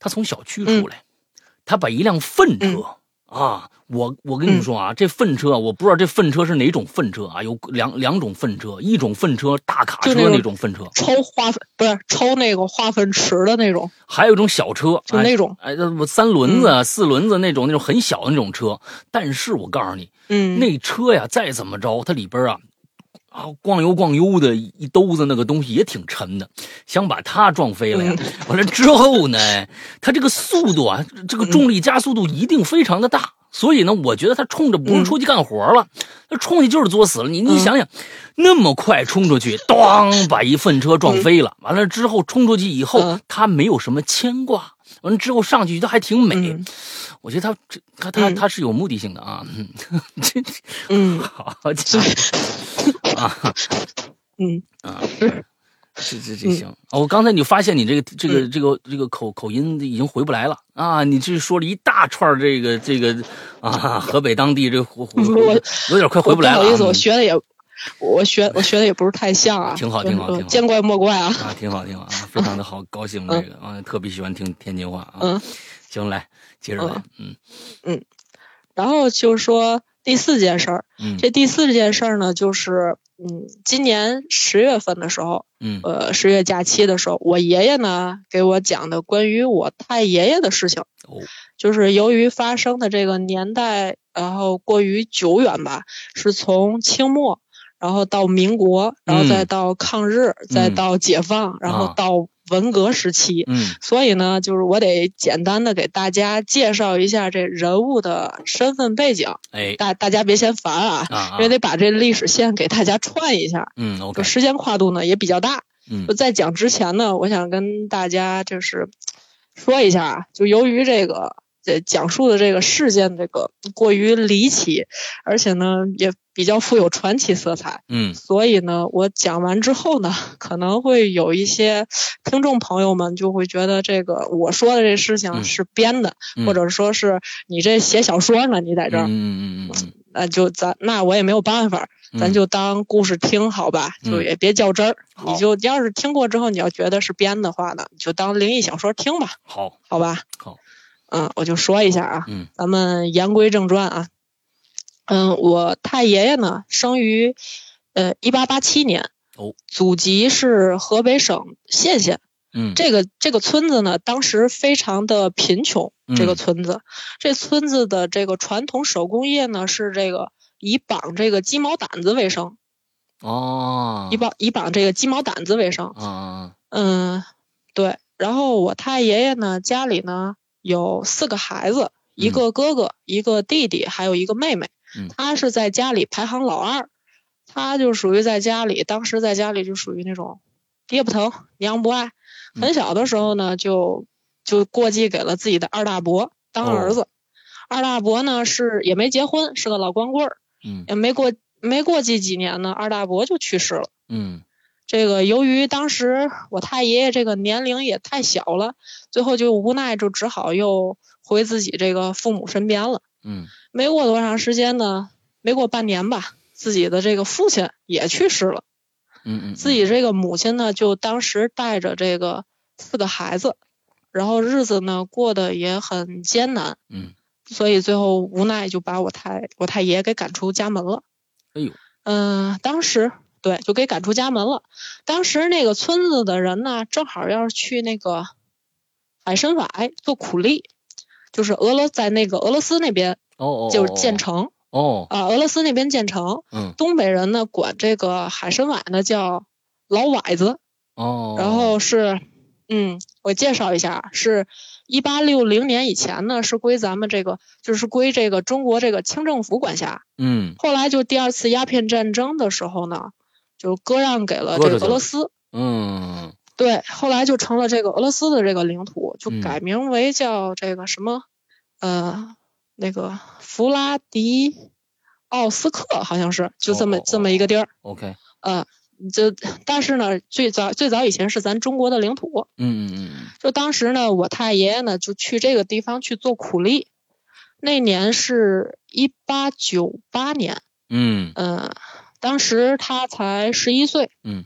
他从小区出来，他把一辆粪车、啊！我我跟你
嗯
们说啊，这粪车啊我不知道这粪车是哪种粪车啊，有两两种粪车，一种粪车大卡车
就那种
那种粪车，
抽化粪不是抽那个化粪池的那种，
还有一种小车，
就
哎
那种，嗯
哎，那不三轮子、四轮子那种那种很小的那种车。但是我告诉你，
嗯，
那车呀，再怎么着，它里边啊。啊，逛悠逛悠的一兜子那个东西也挺沉的，想把它撞飞了呀。
嗯
<laughs> 完了之后呢，它这个速度啊，这个重力加速度一定非常的大，所以呢，我觉得它冲着不是
嗯
出去干活了，它冲去就是作死了。你你
嗯
想想，那么快冲出去，咣把一粪车撞飞了。完了之后冲出去以后
嗯，
它没有什么牵挂，完了之后上去它还挺美
嗯。
我觉得它这它它
嗯
它是有目的性的啊， <laughs> 嗯这
嗯，
好家
所以
伙啊！
嗯
啊，
是
这这这行、啊我刚才你就发现你这个这个这个这个口口音已经回不来了啊！你这说了一大串儿这个这个啊，河北当地这个胡胡
我
有点快回不来了、啊。
我不好意思，我
嗯
学的也，我学我学的也不是太像啊。
<laughs> 挺好
就是
挺好
说
挺好
见怪莫怪啊。
啊，挺好挺好啊，非常的好，高兴这个啊，特别喜欢听天津话啊。
嗯，
行，来接着来，嗯
然后就是说第四件事儿，
嗯
这第四件事儿呢，就是嗯，今年十月份的时候，
嗯
呃，十月假期的时候，我爷爷呢给我讲的关于我太爷爷的事情，
哦
就是由于发生的这个年代，然后过于久远吧，是从清末，然后到民国，然后再到抗日，再到解放，然后
嗯啊
到文革时期。
嗯
所以呢，就是我得简单的给大家介绍一下这人物的身份背景，
哎
大大家别嫌烦啊，
啊啊
因为得把这历史线给大家串一下，
嗯 OK
就时间跨度呢也比较大。
嗯
就在讲之前呢，我想跟大家就是说一下啊，就由于这个这讲述的这个事件这个过于离奇，而且呢也比较富有传奇色彩，
嗯
所以呢，我讲完之后呢， <laughs> 可能会有一些听众朋友们就会觉得这个我说的这事
嗯
情是编的，
嗯
或者说是你这写小说呢，你在这儿，
嗯嗯嗯嗯
那呃就咱那我也没有办法，
嗯，
咱就当故事听好吧，
嗯
就也别较真儿。
好
你就要是听过之后，你要觉得是编的话呢，你就当灵异小说听吧，
好
好吧？
好，
嗯，我就说一下啊，
嗯
咱们言归正传啊。嗯，我太爷爷呢，生于呃一八八七年，
哦，
祖籍是河北省献县。
嗯
这个这个村子呢，当时非常的贫穷。
嗯
这个村子，这村子的这个传统手工业呢，是这个以绑这个鸡毛掸子为生，
哦
以绑以绑这个鸡毛掸子为生。
啊啊
嗯，对。然后我太爷爷呢，家里呢有四个孩子，一
嗯
个哥哥，一个弟弟，还有一个妹妹
嗯。
他是在家里排行老二，他就属于在家里，当时在家里就属于那种爹不疼娘不爱。
嗯
很小的时候呢，就就过继给了自己的二大伯当儿
哦
子。二大伯呢是也没结婚，是个老光棍儿，
嗯
也没过没过继几年呢，二大伯就去世了。
嗯
这个由于当时我太爷爷这个年龄也太小了，最后就无奈就只好又回自己这个父母身边了。
嗯
没过多长时间呢，没过半年吧，自己的这个父亲也去世了。
嗯嗯
自己这个母亲呢，就当时带着这个四个孩子，然后日子呢过得也很艰难，
嗯
所以最后无奈就把我太我太爷给赶出家门了。
哎呦
嗯，当时对，就给赶出家门了。当时那个村子的人呢，正好要去那个海参崴做苦力，就是俄罗在那个俄罗斯那边
哦哦
就是建成
哦
啊、俄罗斯那边建成。
嗯
东北人呢管这个海参崴呢叫老崴子，
哦
然后是，嗯，我介绍一下啊，是一八六零年以前呢是归咱们这个就是归这个中国这个清政府管辖，
嗯
后来就第二次鸦片战争的时候呢，就割让给了
割出去
这个俄
了
罗斯。
嗯
对，后来就成了这个俄罗斯的这个领土，就
嗯
改名为叫这个什么，呃，那个弗拉迪奥斯克，好像是就
哦
这么、这么一个地儿。
OK
呃，就但是呢，最早最早以前是咱中国的领土。
嗯嗯嗯
就当时呢，我太爷爷呢就去这个地方去做苦力，那年是一八九八年。
嗯
嗯，当时他才十一岁。
嗯，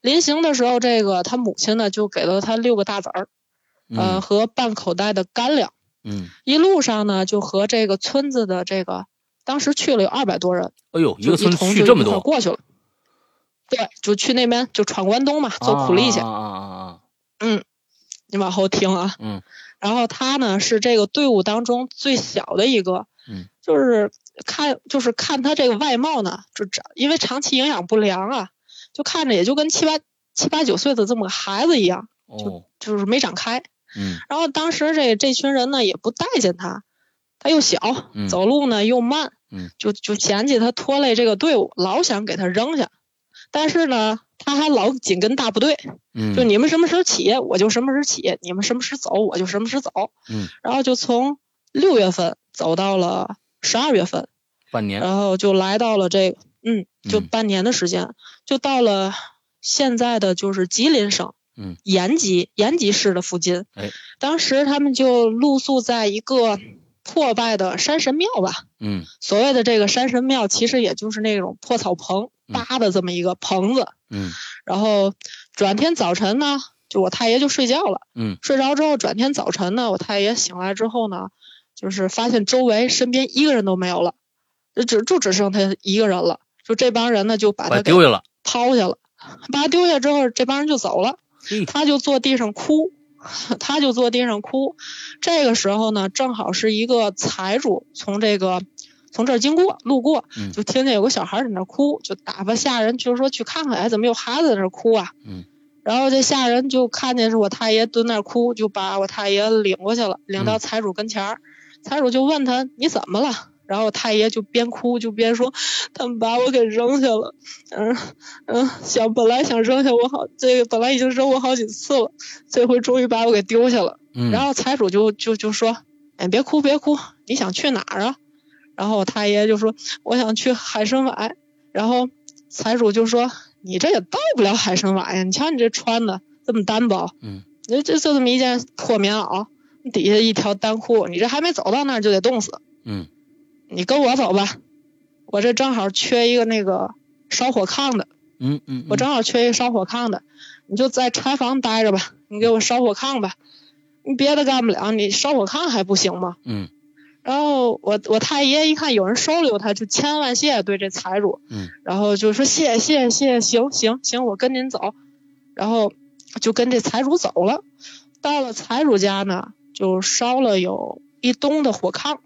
临行的时候，这个他母亲呢就给了他六个大子儿，
嗯
呃，和半口袋的干粮。
嗯，
一路上呢，就和这个村子的这个，当时去了有二百多人，
哎呦，一
就
个
一
村
同
去
就
这么
一块儿
多，
过去了。对，就去那边就闯关东嘛，做苦力去。
啊啊啊啊啊！
你往后听啊，
嗯，
<laughs> 然后他呢是这个队伍当中最小的一个，
嗯，
就是看就是看他这个外貌呢，就长因为长期营养不良啊，就看着也就跟七八七八九岁的这么个孩子一样，
哦，
就是没长开。
嗯
然后当时这这群人呢也不待见他，他又小，
嗯
走路呢又慢，
嗯
就就嫌弃他拖累这个队伍，老想给他扔下，但是呢他还老紧跟大部队，
嗯，
就你们什么时候起，我就什么时候起；你们什么时候走，我就什么时候走。
嗯，
然后就从六月份走到了十二月份，
半年，
然后就来到了这个，嗯，就
嗯
半年的时间，就到了现在的就是吉林省，
嗯，
延吉延吉市的附近。
哎，
当时他们就露宿在一个破败的山神庙吧，
嗯
所谓的这个山神庙，其实也就是那种破草棚
嗯
搭的这么一个棚子。
嗯
然后转天早晨呢，就我太爷就睡觉了。
嗯，
睡着之后，转天早晨呢，我太爷醒来之后呢，就是发现周围身边一个人都没有了，就只就只剩他一个人了。就这帮人呢，就把
把
他
它
给
丢下了，
抛下了，把他丢下之后，这帮人就走了。
嘿，
他就坐地上哭， <laughs> 他就坐地上哭。这个时候呢，正好是一个财主从这个从这儿经过路过
嗯，
就听见有个小孩儿在那儿哭，就打发下人就说去看看，哎，怎么有孩子在那儿哭啊？
嗯。
然后这下人就看见是我太爷蹲那儿哭，就把我太爷领过去了，
嗯
领到财主跟前儿。财主就问他你怎么了？然后太爷就边哭就边说，他们把我给扔下了，嗯嗯，想本来想扔下我好，这个本来已经扔我好几次了，这回终于把我给丢下了。
嗯，
然后财主就就就说，哎，别哭别哭，你想去哪儿啊？然后我太爷就说，我想去海参崴。然后财主就说，你这也到不了海参崴呀，你瞧你这穿的这么单薄，
嗯，
你这就这么一件破棉袄，底下一条单裤，你这还没走到那儿就得冻死。
嗯
你跟我走吧，我这正好缺一个那个烧火炕的，
嗯嗯，
我正好缺一个烧火炕的，你就在柴房待着吧，你给我烧火炕吧，你别的干不了，你烧火炕还不行吗？
嗯
然后我我太爷一看有人收留他，就千恩万谢对这财主，
嗯，
然后就说谢谢谢谢谢谢，行行行，我跟您走，然后就跟这财主走了，到了财主家呢，就烧了有一冬的火炕，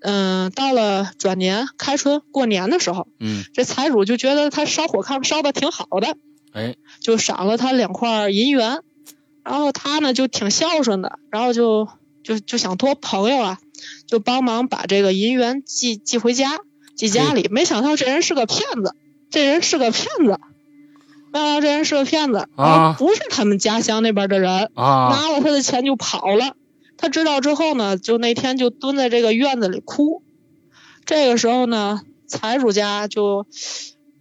嗯，到了转年开春过年的时候，
嗯
这财主就觉得他烧火炕烧的挺好的，
哎
就赏了他两块银元，然后他呢就挺孝顺的，然后就就就想托朋友啊，就帮忙把这个银元寄寄回家，寄家里。没想到这人是个骗子，这人是个骗子，没想到这人是个骗子，然后不是他们家乡那边的人，
啊
拿了他的钱就跑了。他知道之后呢，就那天就蹲在这个院子里哭。这个时候呢，财主家就，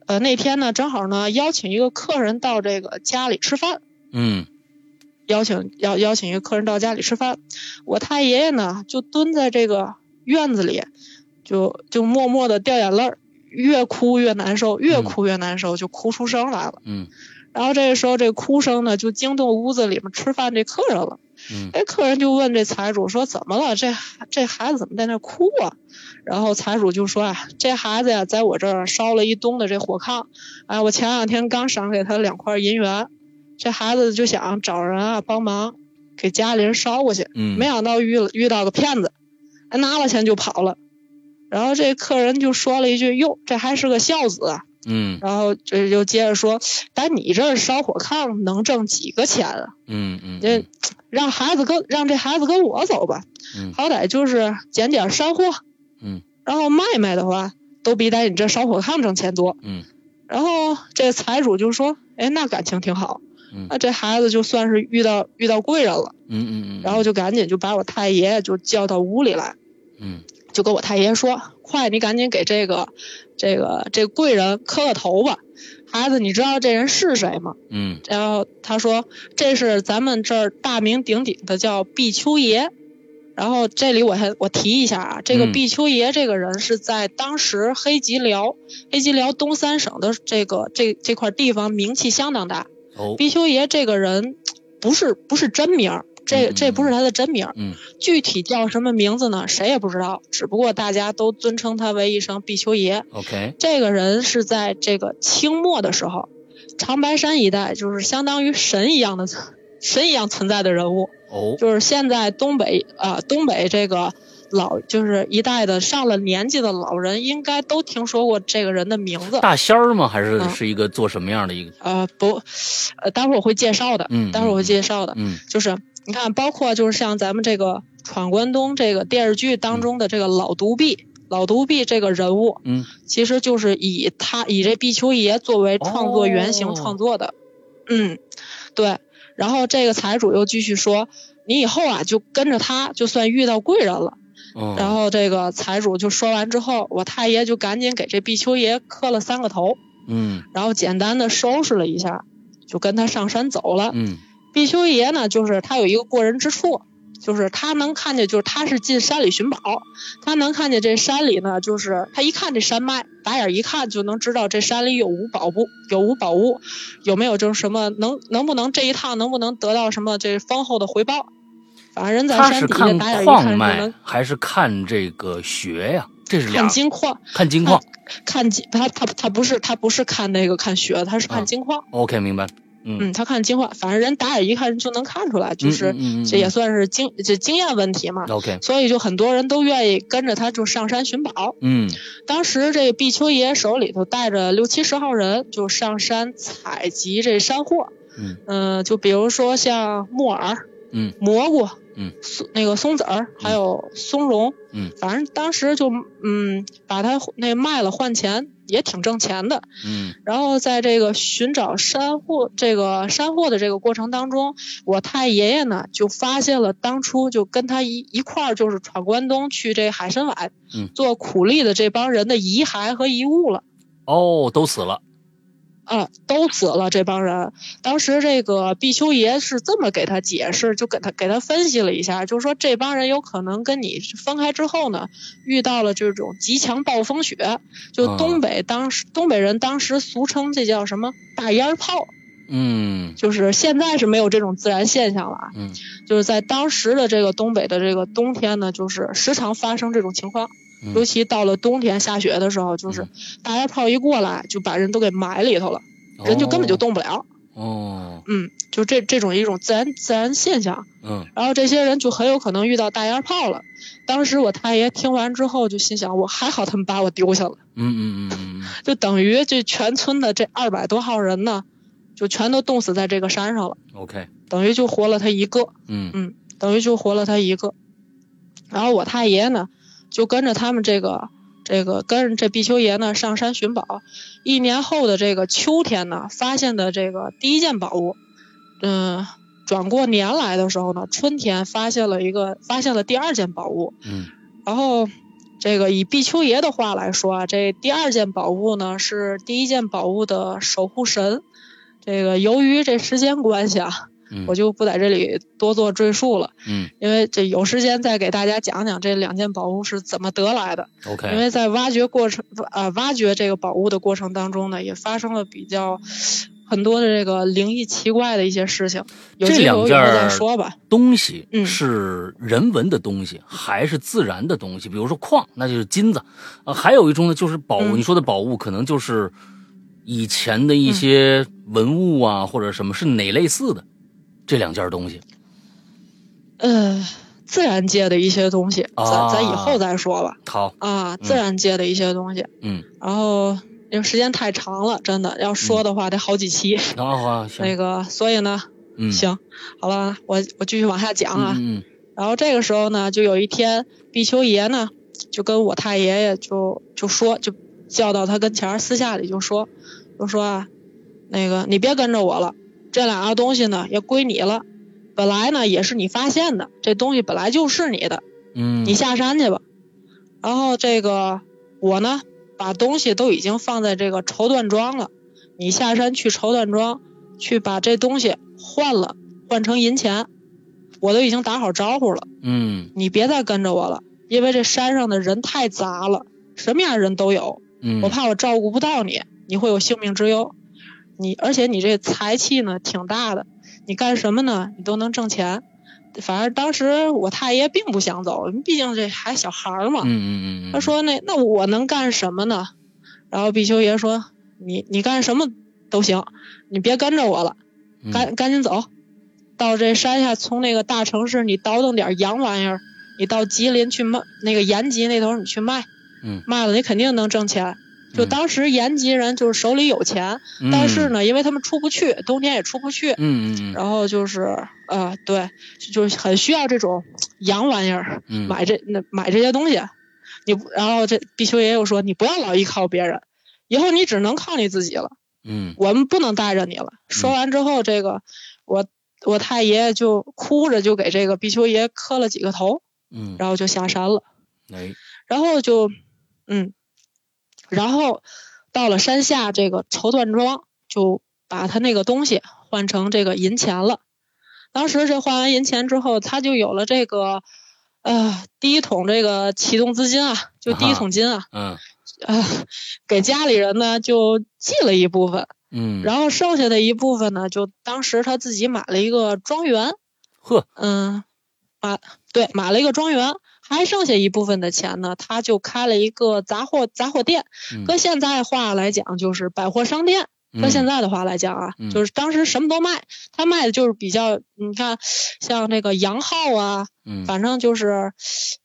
呃，那天呢正好呢邀请一个客人到这个家里吃饭，
嗯
邀请邀邀请一个客人到家里吃饭。我太爷爷呢就蹲在这个院子里，就就默默的掉眼泪儿，越哭越难受，越
嗯
哭越难受，就哭出声来了。
嗯
然后这个时候，这哭声呢就惊动屋子里面吃饭这客人了。
嗯
哎，客人就问这财主说：“怎么了？这这孩子怎么在那哭啊？”然后财主就说：“啊，这孩子呀，在我这儿烧了一冬的这火炕，哎，我前两天刚赏给他两块银元，这孩子就想找人啊帮忙给家里人烧过去，
嗯，
没想到遇了遇到个骗子，哎拿了钱就跑了。”然后这客人就说了一句：“哟，这还是个孝子啊！”
嗯
然后就就接着说：“但你这儿烧火炕能挣几个钱啊？”
嗯嗯，
这让孩子跟让这孩子跟我走吧，
嗯
好歹就是捡点山货，
嗯，
然后卖卖的话，都比在你这烧火炕挣钱多，
嗯。
然后这财主就说：“哎，那感情挺好，
嗯
那这孩子就算是遇到遇到贵人了。
嗯嗯嗯，”
然后就赶紧就把我太爷爷就叫到屋里来，
嗯
就跟我太爷说：“快，你赶紧给这个这个这贵人磕个头吧，孩子，你知道这人是谁吗？”
嗯
然后他说这是咱们这儿大名鼎鼎的叫毕丘爷。然后这里我还我提一下啊，这个
嗯
毕丘爷这个人是在当时黑吉辽、黑吉辽东三省的这个这这块地方名气相当大。
哦
毕丘爷这个人不是不是真名儿，这这不是他的真名儿，
嗯
具体叫什么名字呢？谁也不知道，只不过大家都尊称他为一声毕丘爷。
，OK，
这个人是在这个清末的时候，长白山一带就是相当于神一样的神一样存在的人物，
哦，
就是现在东北啊、东北这个老就是一代的上了年纪的老人，应该都听说过这个人的名字。
大仙儿吗？还是
嗯
是一个做什么样的一个？
呃，不，呃，待会儿我会介绍的，
嗯
待会儿我会
嗯
介绍的。
嗯
就是你看，包括就是像咱们这个《闯关东》这个电视剧当中的这个老独臂，老独臂这个人物，
嗯，
其实就是以他以这毕丘爷作为创作原
哦
型创作的。嗯，对。然后这个财主又继续说：“你以后啊，就跟着他，就算遇到贵人了。”
哦，
然后这个财主就说完之后，我太爷就赶紧给这毕丘爷磕了三个头，
嗯
然后简单的收拾了一下，就跟他上山走了。
嗯
毕丘爷呢，就是他有一个过人之处，就是他能看见，就是他是进山里寻宝，他能看见这山里呢，就是他一看这山脉，打眼一看就能知道这山里有无宝物，有无宝物，有没有就是什么能能不能这一趟能不能得到什么这丰厚的回报。反正人在
他
山
是
底下
看
打眼一看
矿
就
脉
能
还是看这个穴呀？这是俩
看金矿，
看金
<laughs>
矿。
看金他他他不是他不是看那个看穴，他是
啊
看金矿。
OK，明白。嗯，
嗯，他看金矿，反正人打眼一看就能看出来，就是、
嗯嗯嗯嗯
这也算是经这经验问题嘛。
OK，
所以就很多人都愿意跟着他就上山寻宝。
嗯
当时这毕丘爷手里头带着六七十号人，就上山采集这山货。
嗯
呃就比如说像木耳，
嗯，
蘑菇，
嗯，
松那个松子儿，还有松茸，
嗯，
反正当时就嗯把它那卖了换钱，也挺挣钱的。
嗯
然后在这个寻找山货这个山货的这个过程当中，我太爷爷呢就发现了当初就跟他一一块儿就是闯关东去这海参崴、
嗯
做苦力的这帮人的遗骸和遗物了。
哦，都死了。
啊，都死了这帮人。当时这个毕丘爷是这么给他解释，就给他给他分析了一下，就是说这帮人有可能跟你分开之后呢，遇到了这种极强暴风雪，就
啊
东北当时、东北人当时俗称这叫什么大烟炮，
嗯
就是现在是没有这种自然现象了啊，
嗯，
就是在当时的这个东北的这个冬天呢，就是时常发生这种情况，
嗯
尤其到了冬天下雪的时候，就是
嗯
大烟炮一过来就把人都给埋里头了。人就根本就动不了。
哦。哦，
嗯，就这这种一种自然自然现象，
嗯
然后这些人就很有可能遇到大烟炮了。当时我太爷听完之后就心想，我还好他们把我丢下了，
嗯嗯嗯嗯
就等于这全村的这二百多号人呢，就全都冻死在这个山上了，
嗯，OK，
等于就活了他一个，
嗯
等于就活了他一个。然后我太爷呢，就跟着他们这个这个跟着这毕丘爷呢上山寻宝。一年后的这个秋天呢，发现的这个第一件宝物，嗯、转过年来的时候呢，春天发现了一个发现了第二件宝物。
嗯
然后这个以毕丘爷的话来说啊，这第二件宝物呢是第一件宝物的守护神。这个由于这时间关系啊，
嗯，
我就不在这里多做赘述了。
嗯
因为这有时间再给大家讲讲这两件宝物是怎么得来的。因
OK，
为在挖掘过程，呃，挖掘这个宝物的过程当中呢，也发生了比较很多的这个灵异奇怪的一些事情。有
这
机会
两
我以
件
后
儿
再说吧。
东西
嗯
是人文的东西，还是自然的东西？比如说矿，那就是金子，呃，还有一种呢，就是宝物。
嗯
你说的宝物，可能就是以前的一些文物啊，或者什么，是哪类似的？这两件东西
呃，自然界的一些东西，
啊
咱咱以后再说吧。
好，
啊，自然界的一些东西，
嗯，
然后。因为时间太长了，真的要说的话得好几期。
然后啊，行
那，个，所以呢，
嗯，
行，好了，我我继续往下讲啊。
嗯，嗯
然后这个时候呢，就有一天，毕丘爷呢就跟我太爷爷就就说，就叫到他跟前儿，私下里就说，就说啊，那个你别跟着我了，这两样东西呢也归你了，本来呢也是你发现的，这东西本来就是你的，
嗯，嗯
你下山去吧。然后这个我呢，把东西都已经放在这个绸缎庄了，你下山去绸缎庄去把这东西换了，换成银钱。我都已经打好招呼了，
嗯
你别再跟着我了，因为这山上的人太杂了，什么样的人都有，
嗯，
我怕我照顾不到你，你会有性命之忧。你而且你这财气呢挺大的，你干什么呢？你都能挣钱。反正当时我太爷并不想走，毕竟这还小孩儿嘛。
嗯嗯嗯，
他说那那我能干什么呢？然后毕修爷说你你干什么都行，你别跟着我了，
嗯
赶赶紧走，到这山下，从那个大城市你倒腾点洋玩意儿，你到吉林去卖，那个延吉那头你去卖，
嗯
卖了你肯定能挣钱。就
嗯
当时延吉人就是手里有钱，但是，呢，因为他们出不去，冬天也出不去，
嗯嗯
然后就是呃，对，就就是很需要这种洋玩意儿，
嗯，
买这那买这些东西。你不然后这毕修爷又说，你不要老依靠别人，以后你只能靠你自己了，
嗯
我们不能带着你了。说完之后，这个我我太爷就哭着就给这个毕修爷磕了几个头，
嗯，
然后就下山了。
哎，
然后就嗯，然后到了山下这个绸缎庄，就把他那个东西换成这个银钱了。当时这换完银钱之后，他就有了这个，呃，第一桶这个启动资金啊，就第一桶金啊，
嗯
呃，给家里人呢就寄了一部分，
嗯，
然后剩下的一部分呢，就当时他自己买了一个庄园，
呵，
嗯，买对买了一个庄园，还剩下一部分的钱呢，他就开了一个杂货杂货店，
嗯
搁现在话来讲就是百货商店，搁现在的话来讲啊，
嗯
就是当时什么都卖，他卖的就是比较，你看像那个洋号啊，
嗯
反正就是，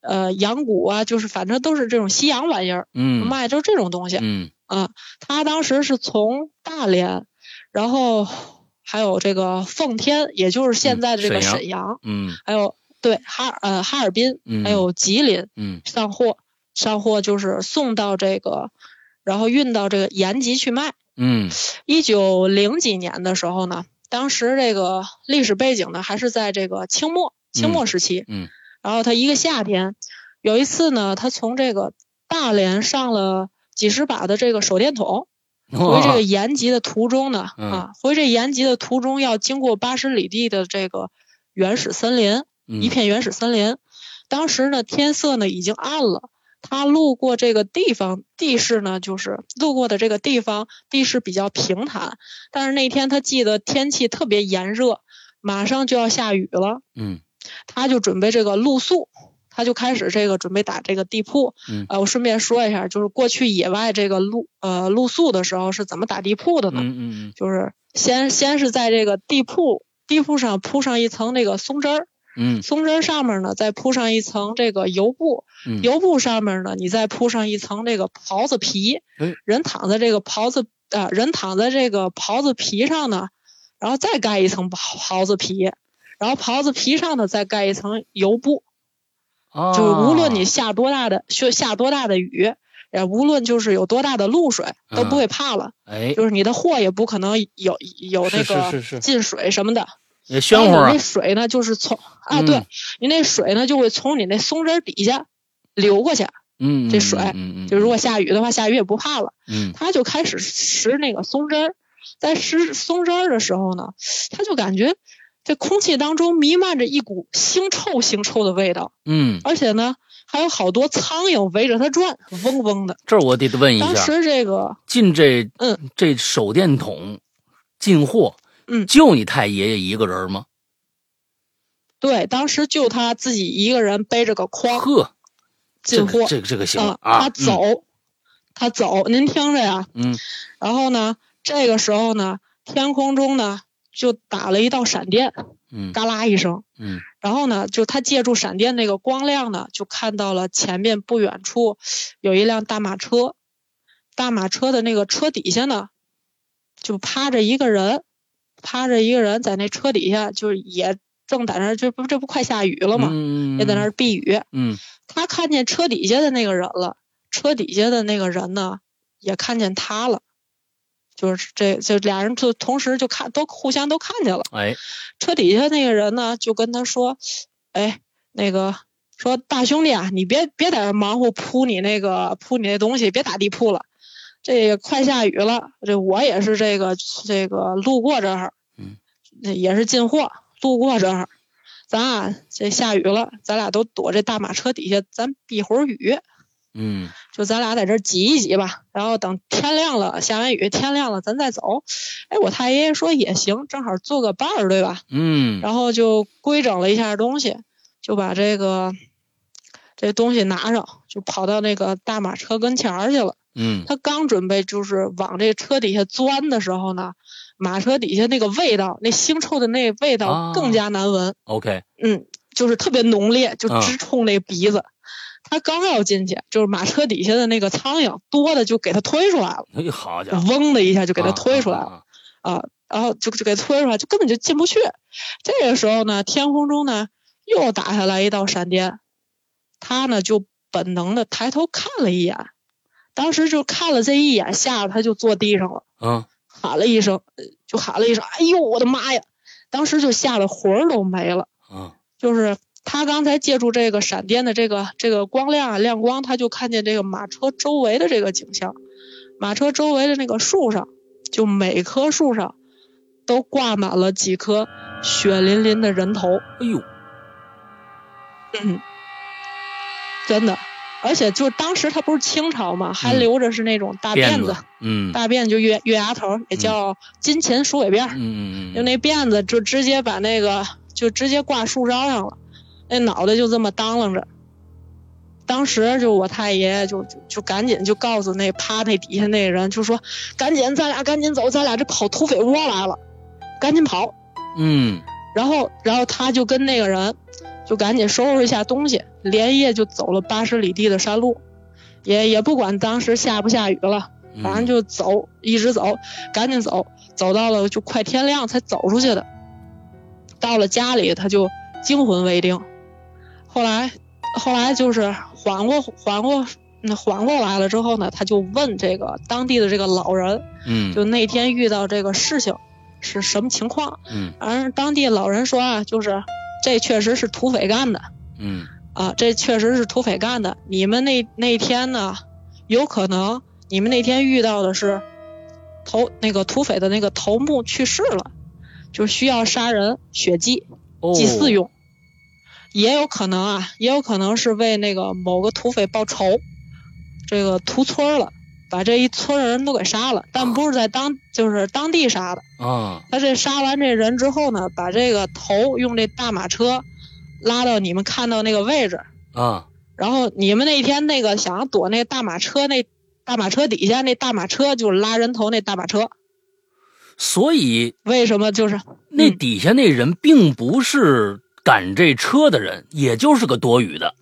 呃，洋鼓啊，就是反正都是这种西洋玩意儿，
嗯
卖就是这种东西。
嗯
他当时是从大连，然后还有这个奉天，也就是现在的这
嗯
个
沈阳
沈阳，
嗯
还有对哈尔呃哈尔滨，
嗯，
还有吉林
嗯
上货，上货就是送到这个，然后运到这个延吉去卖。
嗯
一九零几年的时候呢，当时这个历史背景呢还是在这个清末清末时期。
嗯
然后他一个夏天，有一次呢，他从这个大连上了几十把的这个手电筒，回这个延吉的途中呢，
嗯
啊，回这延吉的途中要经过八十里地的这个原始森林，
嗯
一片原始森林。当时呢，天色呢已经暗了。他路过这个地方，地势呢就是路过的这个地方地势比较平坦，但是那天他记得天气特别炎热，马上就要下雨了，
嗯
他就准备这个露宿，他就开始这个准备打这个地铺。
嗯
呃，我顺便说一下，就是过去野外这个露呃露宿的时候是怎么打地铺的呢？
嗯嗯
就是先先是在这个地铺地铺上铺上一层那个松针儿，
嗯
松针儿上面呢再铺上一层这个油布，
嗯
油布上面呢你再铺上一层这个狍子皮
哎，
人躺在这个狍子啊、人躺在这个狍子皮上呢，然后再盖一层狍狍子皮。然后狍子皮上呢，再盖一层油布，
哦啊
就是无论你下多大的下下多大的雨，也无论就是有多大的露水，都
嗯
不会怕了。
哎
就是你的货也不可能有有
是
那
是
个
是
进水什么的，
也
然
暄乎
后哎你
啊
那，水呢就是从啊，
嗯
对你那水呢就会从你那松针底下流过去，
嗯嗯
就如果下雨的话，下雨也不怕了。
嗯
他就开始拾那个松针儿，在拾松针儿的时候呢，他就感觉这空气当中弥漫着一股腥臭腥臭的味道，
嗯，
而且呢还有好多苍蝇围着他转，嗡嗡的。
这我得问一
当
下，
时嗯这个
进这这手电筒进货，
嗯
就你太爷爷一个人吗？
对，当时就他自己一个人背着个筐
呵，这
进货，
这个这个行
嗯，
啊，
他走，他走，您听着呀。
嗯
然后呢，这个时候呢，天空中呢就打了一道闪电，
嗯
嘎啦一声。
嗯
然后呢，就他借助闪电那个光亮呢，就看到了前面不远处有一辆大马车，大马车的那个车底下呢，就趴着一个人，趴着一个人在那车底下，就是也正在那儿，这不这不快下雨了吗？
嗯
也在那儿避雨。
嗯
他看见车底下的那个人了，车底下的那个人呢也看见他了，就是这就俩人就同时就看都互相都看见了。
哎
车底下那个人呢就跟他说：“哎，那个说大兄弟啊，你别别在这忙活铺你那个铺你那东西，别打地铺了。”这也快下雨了，这我也是这个这个路过这儿，
嗯，
也是进货，路过这儿，啊咱俩这下雨了，咱俩都躲这大马车底下，咱避会儿雨。
嗯
就咱俩在这儿挤一挤吧，然后等天亮了，下完雨天亮了咱再走。哎，我太爷爷说也行，正好做个伴儿，对吧？
嗯
然后就规整了一下东西，就把这个这东西拿上，就跑到那个大马车跟前儿去了。
嗯，
他刚准备就是往这车底下钻的时候呢，马车底下那个味道，那腥臭的那味
啊
道更加难闻，
OK，
嗯，就是特别浓烈，就
嗯
直冲那鼻子。他刚要进去，就是马车底下的那个苍蝇多的就给他推出来了，
哎，好
就
家伙，
嗡的一下就给他
啊
推出来了，，
啊
然后就就给推出来，就根本就进不去。这个时候呢，天空中呢又打下来一道闪电，他呢就本能的抬头看了一眼，当时就看了这一眼，吓得他就坐地上了，
啊啊
喊了一声，呃就喊了一声，哎呦我的妈呀！当时就吓得魂儿都没了。
啊，
就是他刚才借助这个闪电的这个这个光亮啊亮光，他就看见这个马车周围的这个景象，马车周围的那个树上，就每棵树上都挂满了几颗血淋淋的人头，
哎呦，
嗯，真的。而且就是当时他不是清朝嘛，还
嗯
留着是那种大辫子，，
嗯
大辫就月月牙头，也
嗯
叫金钱鼠尾辫儿。
嗯嗯嗯，
就那辫子就直接把那个就直接挂树梢上了，那脑袋就这么当啷着。当时就我太爷爷就就就赶紧就告诉那趴那底下那人，就说赶紧咱俩赶紧走，咱俩这跑土匪窝来了，赶紧跑。
嗯
然后然后他就跟那个人就赶紧收拾一下东西，连夜就走了八十里地的山路，也也不管当时下不下雨了。
嗯
反正就走，一直走，赶紧走，走到了就快天亮才走出去的。到了家里，他就惊魂未定。后来，后来就是缓过缓过那缓过来了之后呢，他就问这个当地的这个老人，
嗯
就那天遇到这个事情是什么情况。
嗯
而当地老人说啊，就是这确实是土匪干的，
嗯
啊，这确实是土匪干的。你们那那天呢，有可能你们那天遇到的是头那个土匪的那个头目去世了，就需要杀人血祭
哦
祭祀用。也有可能啊，也有可能是为那个某个土匪报仇，这个屠村儿了，把这一村儿的人都给杀了，但不是在当就是当地杀的。
啊，
他这杀完这人之后呢，把这个头用这大马车拉到你们看到那个位置。
啊
然后你们那天那个想躲那大马车，那大马车底下那大马车就是拉人头那大马车，
所以
为什么就是
那
嗯
底下那人并不是赶这车的人，也就是个多余的。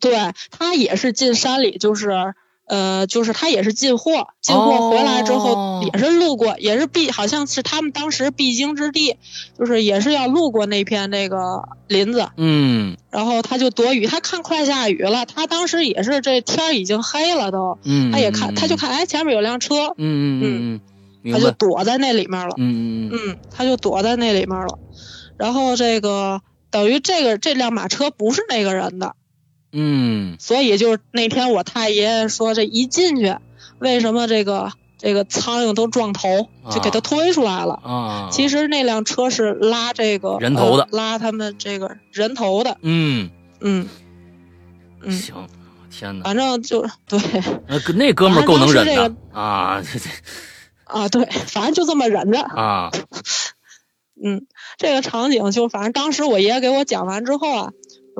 对他也是进山里，就是呃，就是他也是进货，进
哦
货回来之后也是路过，也是必好像是他们当时必经之地，就是也是要路过那片那个林子，
嗯
然后他就躲雨，他看快下雨了，他当时也是这天儿已经黑了都，
嗯，
他也看他就看哎前面有辆车，
嗯嗯嗯嗯，明
他就
白。
躲在那里面了。
嗯嗯嗯
嗯，他就躲在那里面了。然后这个等于这个这辆马车不是那个人的，
嗯
所以就是那天我太爷爷说这一进去，为什么这个这个苍蝇都撞头，就给他
啊
推出来了。
啊，
其实那辆车是拉这个
人头的
呃拉他们这个人头的。
嗯
嗯嗯，
行，天哪，
反正就对
那哥那哥们儿够能忍
反正
的啊， <laughs> 这这
啊，对，反正就这么忍着。
啊，
嗯，这个场景就反正当时我爷爷给我讲完之后啊，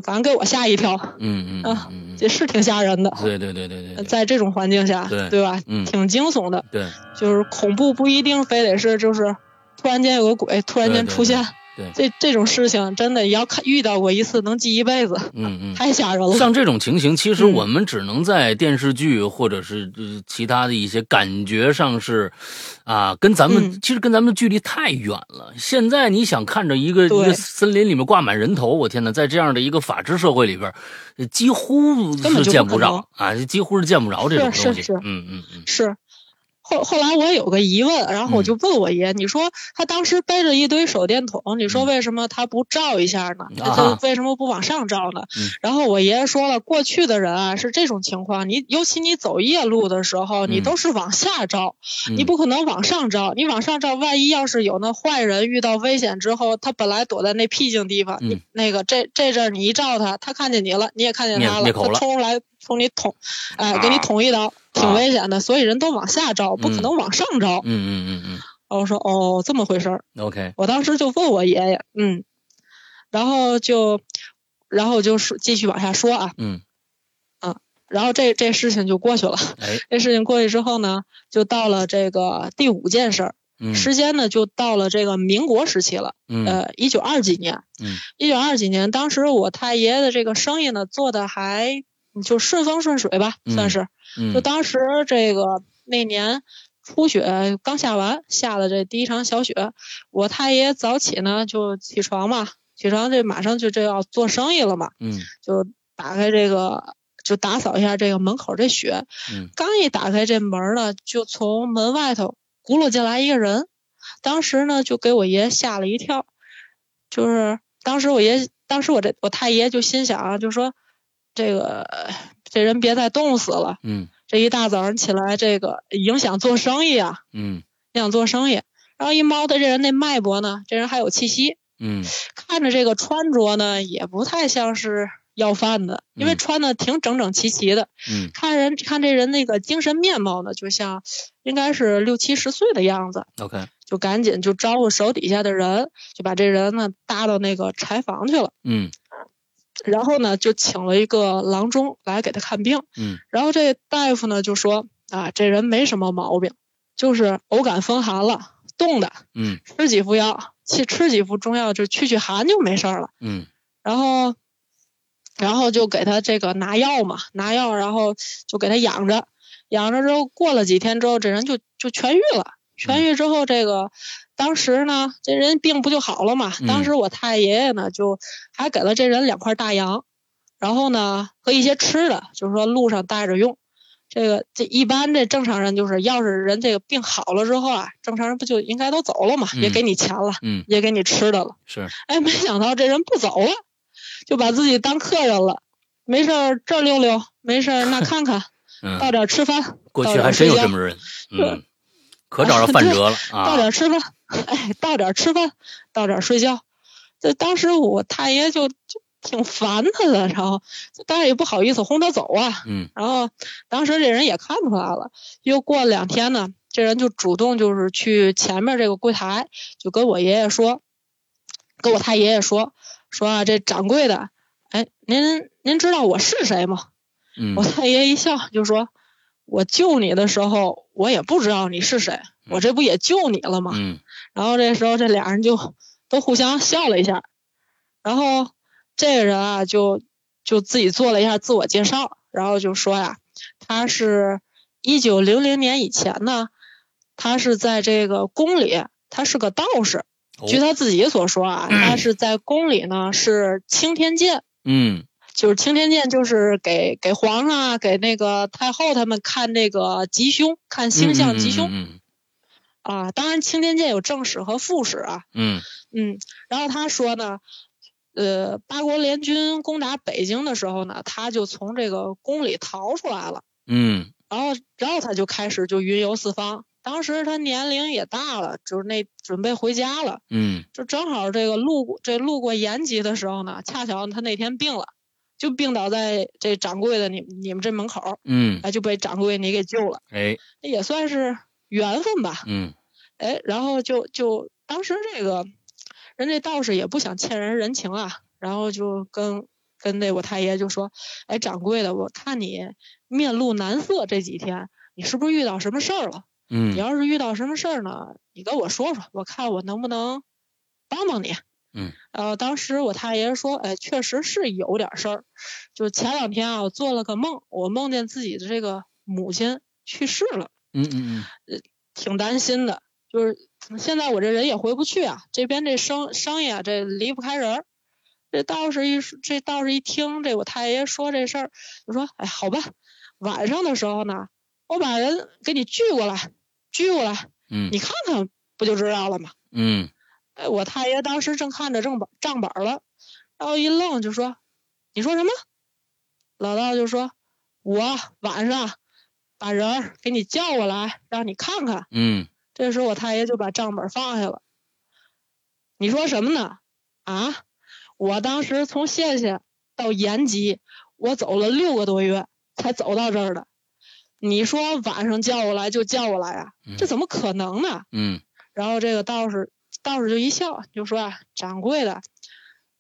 反正给我吓一跳。
嗯嗯
啊
嗯嗯，
也是挺吓人的。
对对对对对对，
呃在这种环境下，
对
吧？
嗯
挺惊悚的，
对
就是恐怖不一定非得是就是突然间有个鬼突然间出现，
对对
这这种事情真的要看遇到过一次能记一辈子，
嗯嗯。
太吓人了。
像这种情形，其实
嗯
我们只能在电视剧或者是、呃其他的一些感觉上是，啊，跟咱们、
嗯
其实跟咱们的距离太远了。现在你想看着一个一
对
个森林里面挂满人头，我天哪，在这样的一个法治社会里边，呃几乎
根本
是
就不
见不
可能
着啊，几乎是见不着这种
是
东西。
是是
嗯嗯嗯，
是，后后来我有个疑问，然后我就问我爷，你说他当时背着一堆手电筒，你说
嗯
为什么他不照一下呢？
啊
他就为什么不往上照呢？
嗯
然后我爷爷说了，过去的人啊是这种情况，你尤其你走夜路的时候，你
嗯
都是往下照。
嗯
你不可能往上照，你往上照，万一要是有那坏人遇到危险之后，他本来躲在那僻静地方，
嗯
你那个这这阵儿你一照他，他看见你了，你也看见
灭
他了，
灭口了啊
他冲出来，从你捅，哎，给你捅一刀，挺危险的，所以人都往下招，不可能往上招。
嗯嗯嗯
我说哦，这么回事儿。
嗯，OK，
我当时就问我爷爷，嗯，然后就，然后就是继续往下说啊，
嗯，
然后这这事情就过去了。
哎，
这事情过去之后呢，就到了这个第五件事儿，
嗯
时间呢就到了这个民国时期了，
嗯
呃，一九二几年，
嗯，
一九二几年，当时我太爷爷的这个生意呢做的还就顺风顺水吧，
嗯
算是。
嗯，
就当时这个那年初雪刚下完，下的这第一场小雪，我太爷早起呢就起床嘛，起床这马上就这要做生意了嘛，
嗯
就打开这个，就打扫一下这个门口这雪。
嗯
刚一打开这门儿呢，就从门外头轱辘进来一个人，当时呢就给我爷吓了一跳，就是当时我爷，当时我这我太爷就心想啊，就说这个这人别再冻死了，
嗯
这一大早上起来这个影响做生意啊，
嗯
影响做生意。然后一猫的这人那脉搏呢，这人还有气息，
嗯
看着这个穿着呢，也不太像是要饭的，因为
嗯
穿的挺整整齐齐的。
嗯
看人看这人那个精神面貌呢，就像应该是六七十岁的样子。
，OK，
就赶紧就招呼手底下的人，就把这人呢搭到那个柴房去了。
嗯
然后呢，就请了一个郎中来给他看病。
嗯
然后这大夫呢就说啊，这人没什么毛病，就是偶感风寒了，冻的，
嗯
吃几副药，去吃几副中药就去去寒就没事儿了。
嗯
然后，然后就给他这个拿药嘛，拿药，然后就给他养着，养着之后过了几天之后，这人就就痊愈了。
嗯
痊愈之后，这个当时呢，这人病不就好了嘛？
嗯
当时我太爷爷呢，就还给了这人两块大洋，然后呢和一些吃的，就是说路上带着用。这个这一般这正常人就是，要是人这个病好了之后啊，正常人不就应该都走了嘛？也
嗯
给你钱了，
嗯
也给你吃的了。
是，
哎，没想到这人不走了，就把自己当客人了。没事儿这儿溜溜，没事儿那看看，
嗯，
到点儿吃饭，
过去还真有这么
<laughs>
人，嗯，可找着范哲了
到点
啊，
儿吃饭，哎，到点儿吃饭，到点儿睡觉。这当时我太爷就就挺烦他的，然后但是也不好意思轰他走啊。
嗯
然后当时这人也看出来了，又过两天呢，这人就主动就是去前面这个柜台，就跟我爷爷说，跟我太爷爷说，说啊这掌柜的，哎，您您知道我是谁吗？ <laughs>
嗯
我太爷一笑就说，我救你的时候我也不知道你是谁，我这不也救你了吗？
嗯
然后这时候这俩人就都互相笑了一下，然后这个人啊就就自己做了一下自我介绍，然后就说呀，他是一九零零年以前呢，他是在这个宫里，他是个道士。
哦
据他自己所说啊，他是在宫里呢是青天剑，
嗯
就是青天剑就是给给皇上啊，给那个太后他们看这个吉凶，看星象吉凶、
嗯
啊。当然，青天剑有正史和副史啊。
嗯
嗯，然后他说呢，呃，八国联军攻打北京的时候呢，他就从这个宫里逃出来了，
嗯
然后然后他就开始就云游四方。当时他年龄也大了，就是那准备回家了，
嗯
就正好这个路过这路过延吉的时候呢，恰巧他那天病了，就病倒在这掌柜的你你们这门口儿，
嗯，
哎，就被掌柜你给救了，
哎，
也算是缘分吧。
嗯
哎，然后就就当时这个人这道士也不想欠人人情啊，然后就跟跟那我太爷就说，哎，掌柜的，我看你面露难色这几天，你是不是遇到什么事儿了？
嗯
你要是遇到什么事儿呢，你跟我说说，我看我能不能帮帮你。
嗯，
呃，当时我太爷说，哎，确实是有点事儿，就前两天啊，我做了个梦，我梦见自己的这个母亲去世了。
嗯嗯
挺担心的，就是嗯现在我这人也回不去啊，这边这生生意啊，这离不开人儿。这道士一说这道士一听这我太爷说这事儿，就说哎好吧，晚上的时候呢，我把人给你聚过来，聚过来，
嗯
你看看不就知道了吗？
嗯
哎，我太爷当时正看着正板账本儿了，然后一愣就说：“你说什么？”老道就说：“我晚上把人儿给你叫过来，让你看看。”
嗯
这时候我太爷就把账本放下了。你说什么呢？啊，我当时从县县到延吉，我走了六个多月，才走到这儿的。你说晚上叫我来就叫我来啊
嗯，
这怎么可能呢？
嗯
然后这个道士道士就一笑，就说啊，掌柜的，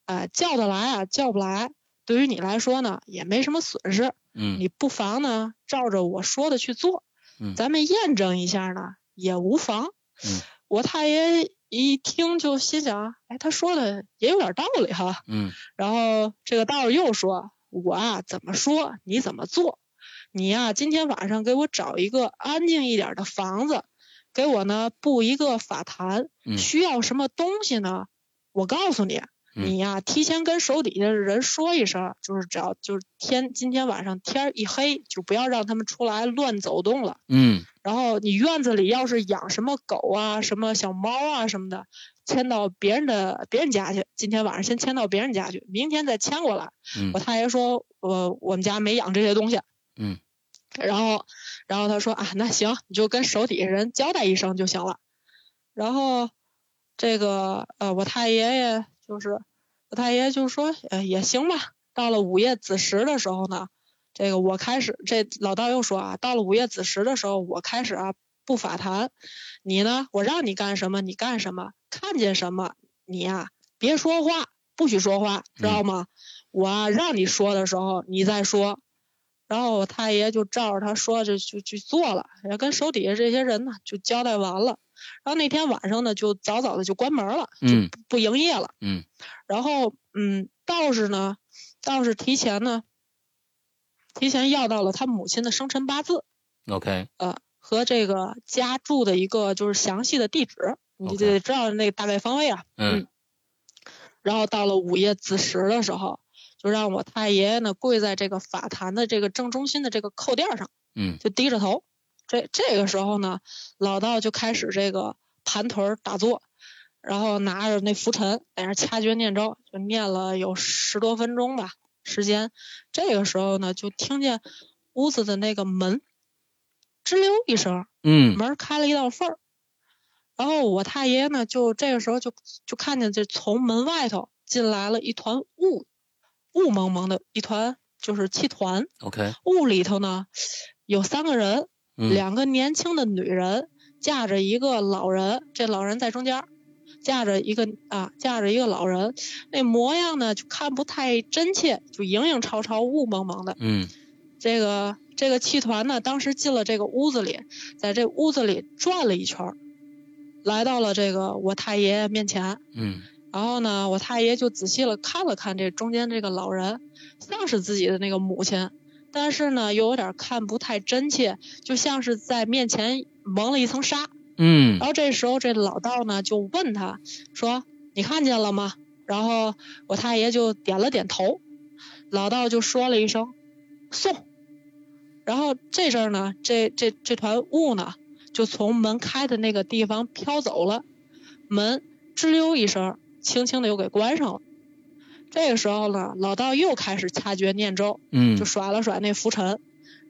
啊、叫得来啊，叫不来，对于你来说呢，也没什么损失，
嗯
你不妨呢照着我说的去做，
嗯
咱们验证一下呢也无妨。
嗯
我太爷一听就心想，哎，他说的也有点道理哈。
嗯
然后这个道士又说，我啊怎么说你怎么做，你呀、今天晚上给我找一个安静一点的房子，给我呢布一个法坛，
嗯
需要什么东西呢？我告诉你，
嗯
你呀、提前跟手底下的人说一声，就是只要就是天今天晚上天儿一黑，就不要让他们出来乱走动了。
嗯
然后你院子里要是养什么狗啊、什么小猫啊什么的，迁到别人的别人家去。今天晚上先迁到别人家去，明天再迁过来。
嗯
我太爷说，呃我我们家没养这些东西。
嗯。
然后，然后他说啊，那行，你就跟手底下人交代一声就行了。然后，这个呃，我太爷爷就是，我太爷就说，呃，也行吧。到了午夜子时的时候呢，这个我开始，这老道又说啊，到了午夜子时的时候，我开始啊不法坛，你呢，我让你干什么你干什么，看见什么你呀、别说话，不许说话，知道吗？我啊让你说的时候你再说。然后我太爷就照着他说这就去做了，然后跟手底下这些人呢就交代完了。然后那天晚上呢就早早的就关门了，
嗯
不营业了。
嗯
然后嗯，道士呢，道士提前呢，提前要到了他母亲的生辰八字，
，OK，
呃，和这个家住的一个就是详细的地址，你
OK
得知道那个大概方位啊。
嗯
然后到了午夜子时的时候，就让我太爷爷呢跪在这个法坛的这个正中心的这个扣垫儿上，
嗯
就低着头。这这个时候呢，老道就开始这个盘腿儿打坐，然后拿着那拂尘在那儿掐诀念咒，就念了有十多分钟吧时间。这个时候呢，就听见屋子的那个门吱溜一声，
嗯
门儿开了一道缝儿。然后我太爷呢，就这个时候就就看见这从门外头进来了一团雾，雾蒙蒙的一团就是气团。
，OK，
雾里头呢有三个人，
嗯
两个年轻的女人架着一个老人，这老人在中间儿，架着一个啊架着一个老人，那模样呢就看不太真切，就影影绰绰、雾蒙蒙的。
嗯
这个这个气团呢，当时进了这个屋子里，在这屋子里转了一圈儿，来到了这个我太爷爷面前。
嗯
然后呢，我太爷就仔细了看了看这中间这个老人，像是自己的那个母亲，但是呢又有点看不太真切，就像是在面前蒙了一层纱。
嗯
然后这时候这老道呢就问他说：“你看见了吗？”然后我太爷就点了点头，老道就说了一声“送”，然后这阵儿呢，这这这团雾呢就从门开的那个地方飘走了，门吱溜一声，轻轻的又给关上了。这个时候呢，老道又开始掐诀念咒，
嗯
就甩了甩那拂尘，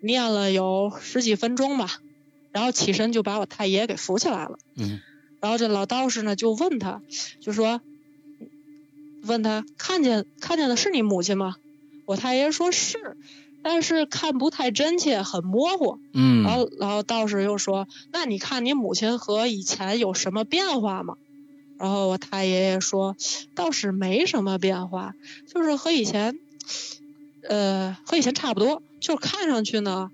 念了有十几分钟吧，然后起身就把我太爷给扶起来了。
嗯
然后这老道士呢就问他，就说，问他看见看见的是你母亲吗？我太爷说是，但是看不太真切，很模糊。然
嗯
后然后道士又说，那你看你母亲和以前有什么变化吗？然后我太爷爷说，倒是没什么变化，就是和以前，呃，和以前差不多，就是看上去呢，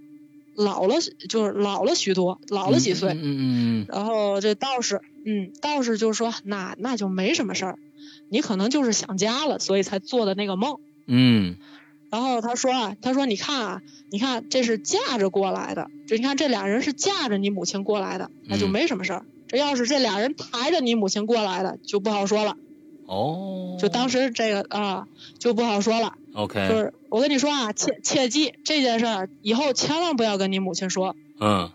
老了，就是老了许多，老了几岁。
嗯嗯
然后这道士，嗯，道士就说那那就没什么事儿，你可能就是想家了，所以才做的那个梦。
嗯
然后他说啊，他说你看啊，你看这是架着过来的，就你看这俩人是架着你母亲过来的，那就
嗯
没什么事儿。这要是这俩人抬着你母亲过来的，就不好说了，
哦，
就当时这个啊、就不好说了。就
OK，
是我跟你说啊，切切记这件事儿，以后千万不要跟你母亲说。
嗯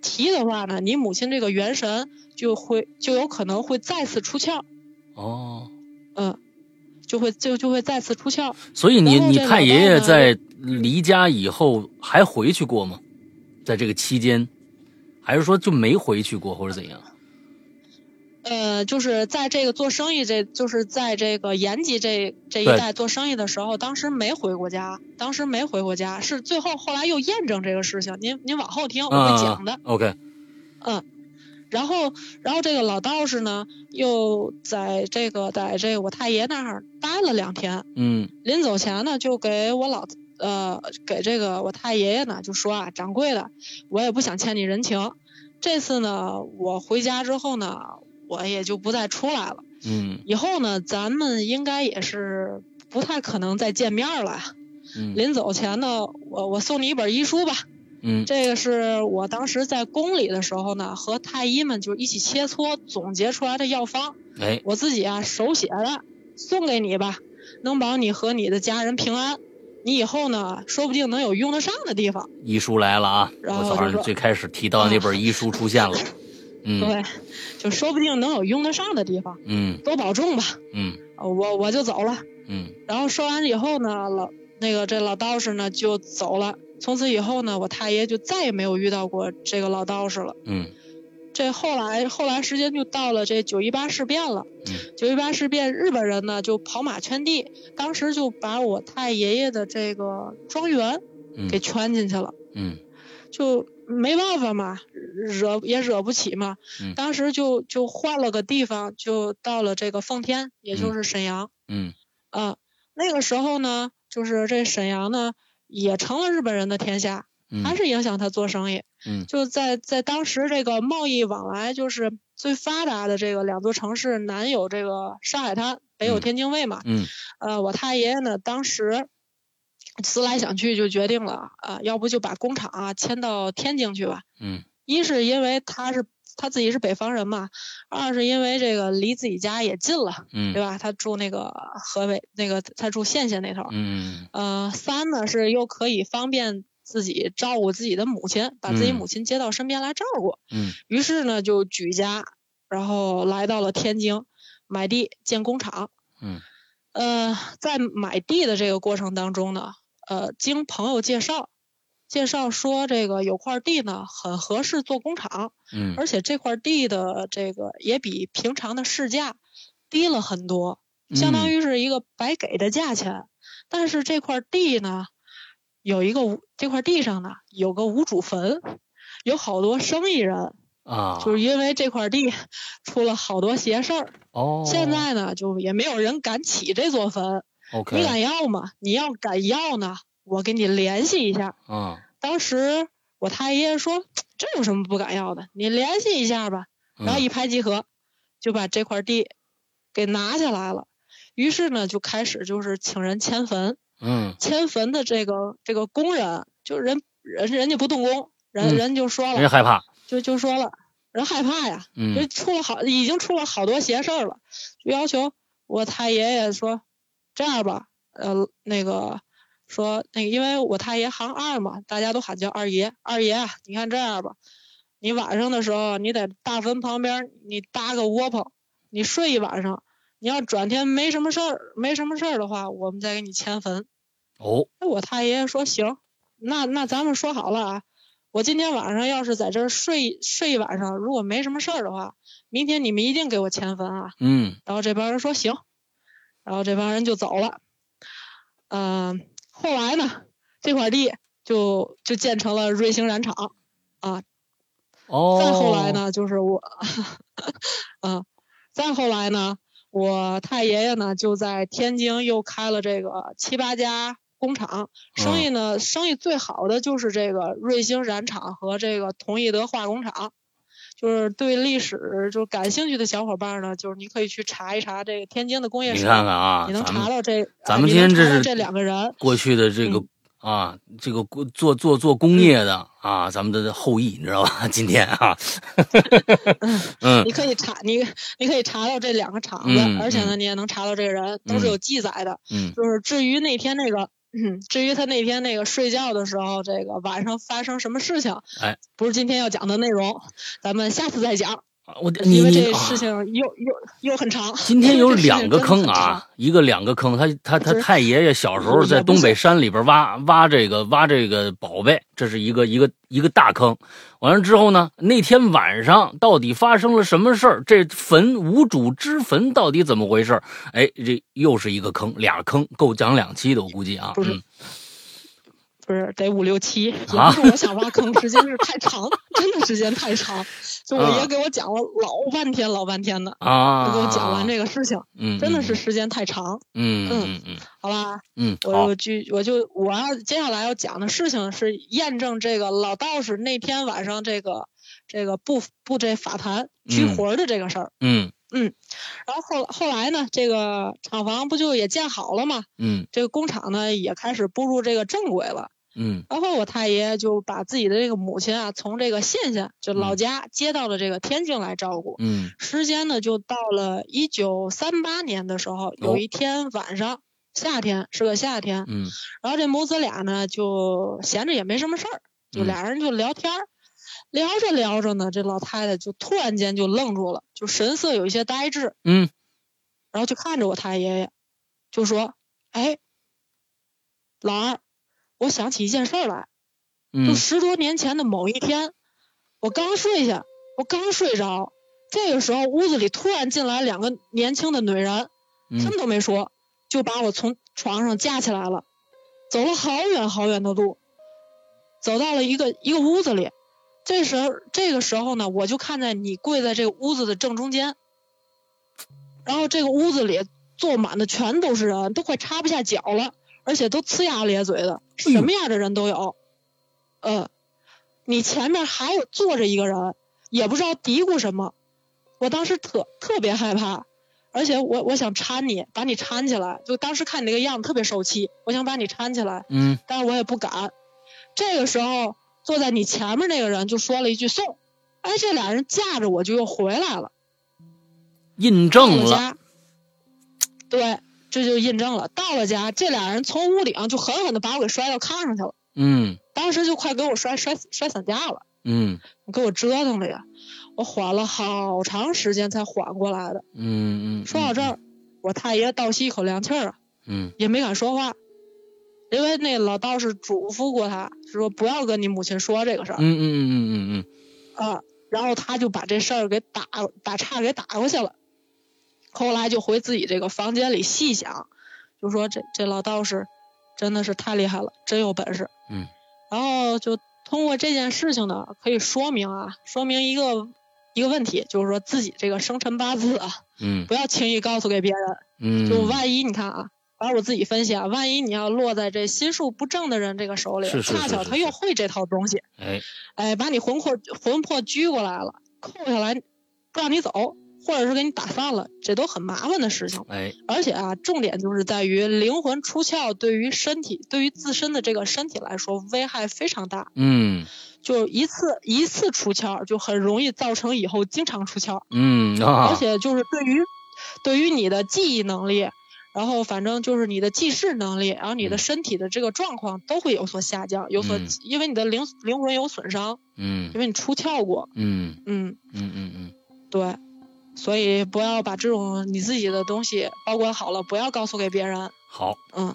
提的话呢，你母亲这个元神就会就有可能会再次出窍，
哦，
嗯，就会就就会再次出窍。
所以你
然后
你
这
太
老
爷
道
爷
呢
在离家以后还回去过吗？在这个期间，还是说就没回去过或者怎样？
呃，就是在这个做生意这，就是在这个延吉这这一
对
带做生意的时候，当时没回过家，当时没回过家，是最后后来又验证这个事情。您您往后听我会讲的。
啊 OK，
然后，然后这个老道士呢，又在这个在这个我太爷那儿待了两天。
嗯
临走前呢，就给我老呃给这个我太爷爷呢就说啊，掌柜的，我也不想欠你人情。这次呢，我回家之后呢，我也就不再出来了。
嗯
以后呢，咱们应该也是不太可能再见面了。
嗯
临走前呢，我我送你一本医书吧。
嗯
这个是我当时在宫里的时候呢，和太医们就一起切磋总结出来的药方，
哎，
我自己啊手写的，送给你吧，能保你和你的家人平安。你以后呢，说不定能有用得上的地方。
医书来了啊！
然后
我早
就
上
说啊
最开始提到那本医书出现
<laughs>
了，嗯
对，就说不定能有用得上的地方。
嗯
多保重吧，
嗯
呃我我就走了。
嗯
然后说完以后呢，老那个这老道士呢就走了。从此以后呢，我太爷就再也没有遇到过这个老道士了。
嗯
这后来后来时间就到了这九一八事变了
嗯。
九一八事变，日本人呢就跑马圈地，当时就把我太爷爷的这个庄园
嗯
给圈进去了，
嗯
就没办法嘛，惹也惹不起嘛。
嗯
当时就就换了个地方，就到了这个奉天，也就是沈阳。
嗯
啊，那个时候呢，就是这沈阳呢也成了日本人的天下，还
嗯
是影响他做生意。
嗯
就在在当时这个贸易往来就是最发达的这个两座城市，南有这个上海滩，北有
嗯
天津卫嘛。
嗯
呃，我太爷爷呢，当时思来想去就决定了啊、要不就把工厂啊迁到天津去吧。
嗯
一是因为他是他自己是北方人嘛，二是因为这个离自己家也近了。对
嗯
吧？他住那个河北，那个他住县县那头儿。
嗯
呃，三呢是又可以方便自己照顾自己的母亲，把自己
嗯
母亲接到身边来照顾。
嗯
于是呢，就举家，然后来到了天津，买地建工厂。
嗯
呃，在买地的这个过程当中呢，呃，经朋友介绍，介绍说这个有块地呢很合适做工厂，
嗯
而且这块地的这个也比平常的市价低了很多。
嗯，
相当于是一个白给的价钱。但是这块地呢，有一个无这块地上呢有个无主坟，有好多生意人
啊，
就是因为这块地出了好多邪事儿。
哦，
现在呢，就也没有人敢起这座坟。
OK 啊
你敢要吗？你要敢要呢，我给你联系一下。
啊，
当时我太爷爷说，这有什么不敢要的？你联系一下吧。然后
嗯
一拍即合，就把这块地给拿下来了。于是呢，就开始就是请人迁坟，
嗯
迁坟的这个这个工人，就人人人家不动工，人、
嗯
人就说
人家
了，
害怕，
就就说了，人害怕呀，
嗯
人出了好已经出了好多邪事儿了，就要求我太爷爷说，这样吧，呃，那个说那个，因为我太爷行二嘛，大家都喊叫二爷，二爷啊，你看这样吧，你晚上的时候你在大坟旁边儿你搭个窝棚，你睡一晚上，你要转天没什么事儿，没什么事儿的话，我们再给你迁坟。
哦，
哎，我太爷爷说行，那那咱们说好了啊，我今天晚上要是在这儿睡睡一晚上，如果没什么事儿的话，明天你们一定给我迁坟啊。
嗯
然后这帮人说行，然后这帮人就走了。嗯、后来呢，这块地就就建成了瑞星染厂。
哦，
再后来？呢，就是我，嗯，再后来呢，我太爷爷呢就在天津又开了这个七八家工厂，生
嗯
意呢、生意最好的就是这个瑞星染厂和这个同益德化工厂。就是对历史就感兴趣的小伙伴呢，就是你可以去查一查这个天津的工业
你
史，
看看啊，
你能
咱
查
们
到这，
咱
啊
们
你
今
能
天这
查到
是
这两个人，嗯
过去的这个啊，这个过做做做工业的
嗯
啊，咱们的后裔，你知道吧？ <laughs> 今天
<laughs>
啊，嗯
你可以查你你可以查到这两个厂子，
嗯
而且呢，你也能查到这个人，都是有记载的。
嗯
就是至于那天那个，嗯至于他那天那个睡觉的时候，这个晚上发生什么事情，
哎，
不是今天要讲的内容，咱们下次再讲。
我
因
你
为
你
这
啊
事情又又又很长。
今天有
这事情
两个
真的
坑
很长
啊，一个两个坑。他他他
就是
太爷爷小时候在东北山里边挖挖这个挖这个宝贝，这是一个一个一个大坑。完了之后呢，那天晚上到底发生了什么事儿？这坟无主之坟到底怎么回事儿？哎，这又是一个坑，俩坑够讲两期的，我估计啊。
不是
嗯
不是得五六七，也
啊
不是我想挖坑，时间是太长， <laughs> 真的时间太长。就我
啊
爷给我讲了老半天老半天的，
啊，
就给我讲完这个事情，
嗯，嗯，
真的是时间太长，
嗯嗯嗯
好吧？
嗯，嗯
我
好
我就我就我要接下来要讲的事情是验证这个老道士那天晚上这个这个布布这法坛拘
嗯
魂儿的这个事儿。
嗯
然后后后来呢，这个厂房不就也建好了嘛？
嗯
这个工厂呢也开始步入这个正轨了。
嗯
然后我太爷就把自己的这个母亲啊，从这个县县就老家接到了这个天津来照顾。
嗯
时间呢，就到了一九三八年的时候，
哦
有一天晚上，夏天是个夏天，
嗯
然后这母子俩呢就闲着也没什么事儿，就
嗯
俩人就聊天儿。聊着聊着呢，这老太太就突然间就愣住了，就神色有一些呆滞，
嗯
然后就看着我太爷爷，就说：“哎，老二，我想起一件事儿来。”就
嗯
十多年前的某一天，我刚睡下，我刚睡着，这个时候屋子里突然进来两个年轻的女人，什
嗯
么都没说，就把我从床上架起来了，走了好远好远的路，走到了一个一个屋子里。这时候这个时候呢，我就看见你跪在这个屋子的正中间，然后这个屋子里坐满的全都是人，都快插不下脚了，而且都呲牙咧嘴的，
哎呦
什么样的人都有。呃，你前面还有坐着一个人，也不知道嘀咕什么，我当时特特别害怕，而且我我想搀你，把你搀起来，就当时看你那个样子特别受气，我想把你搀起来，
嗯
但是我也不敢。这个时候，坐在你前面那个人就说了一句“送”，哎，这俩人架着我就又回来了，
印
到
证
了
了。
家，对，这就印证了。到了家，这俩人从屋顶就狠狠的把我给摔到炕上去了，
嗯
当时就快给我摔摔摔散架了，
嗯
给我折腾的呀，我缓了好长时间才缓过来的。
嗯嗯。
说到这儿，我太爷倒吸一口凉气儿啊，
嗯，
也没敢说话，因为那老道士嘱咐过他，说不要跟你母亲说这个事儿
嗯嗯嗯嗯嗯
啊。然后他就把这事儿给打打岔给打过去了。后来就回自己这个房间里细想，就说这这老道士真的是太厉害了，真有本事。
嗯。
然后就通过这件事情呢，可以说明啊，说明一个一个问题，就是说自己这个生辰八字啊，
嗯
不要轻易告诉给别人。
嗯，
就万一你看啊，反正我自己分析啊，万一你要落在这心术不正的人这个手里，
是是
恰
是
巧
是
他
是
又会这套东西，
哎，
哎，把你魂魄魂魄拘过来了，扣下来，不让你走，或者是给你打散了，这都很麻烦的事情。
哎，
而且啊，重点就是在于灵魂出窍对于身体，对于自身的这个身体来说危害非常大，
嗯
就一次一次出窍就很容易造成以后经常出窍。
嗯啊，
而且就是对于对于你的记忆能力，然后反正就是你的记事能力，然后你的
嗯
身体的这个状况都会有所下降，有所、
嗯
因为你的灵灵魂有损伤，
嗯
因为你出窍过，
嗯
嗯，
嗯嗯
对，所以不要把这种你自己的东西保管好了，不要告诉给别人，
好，
嗯，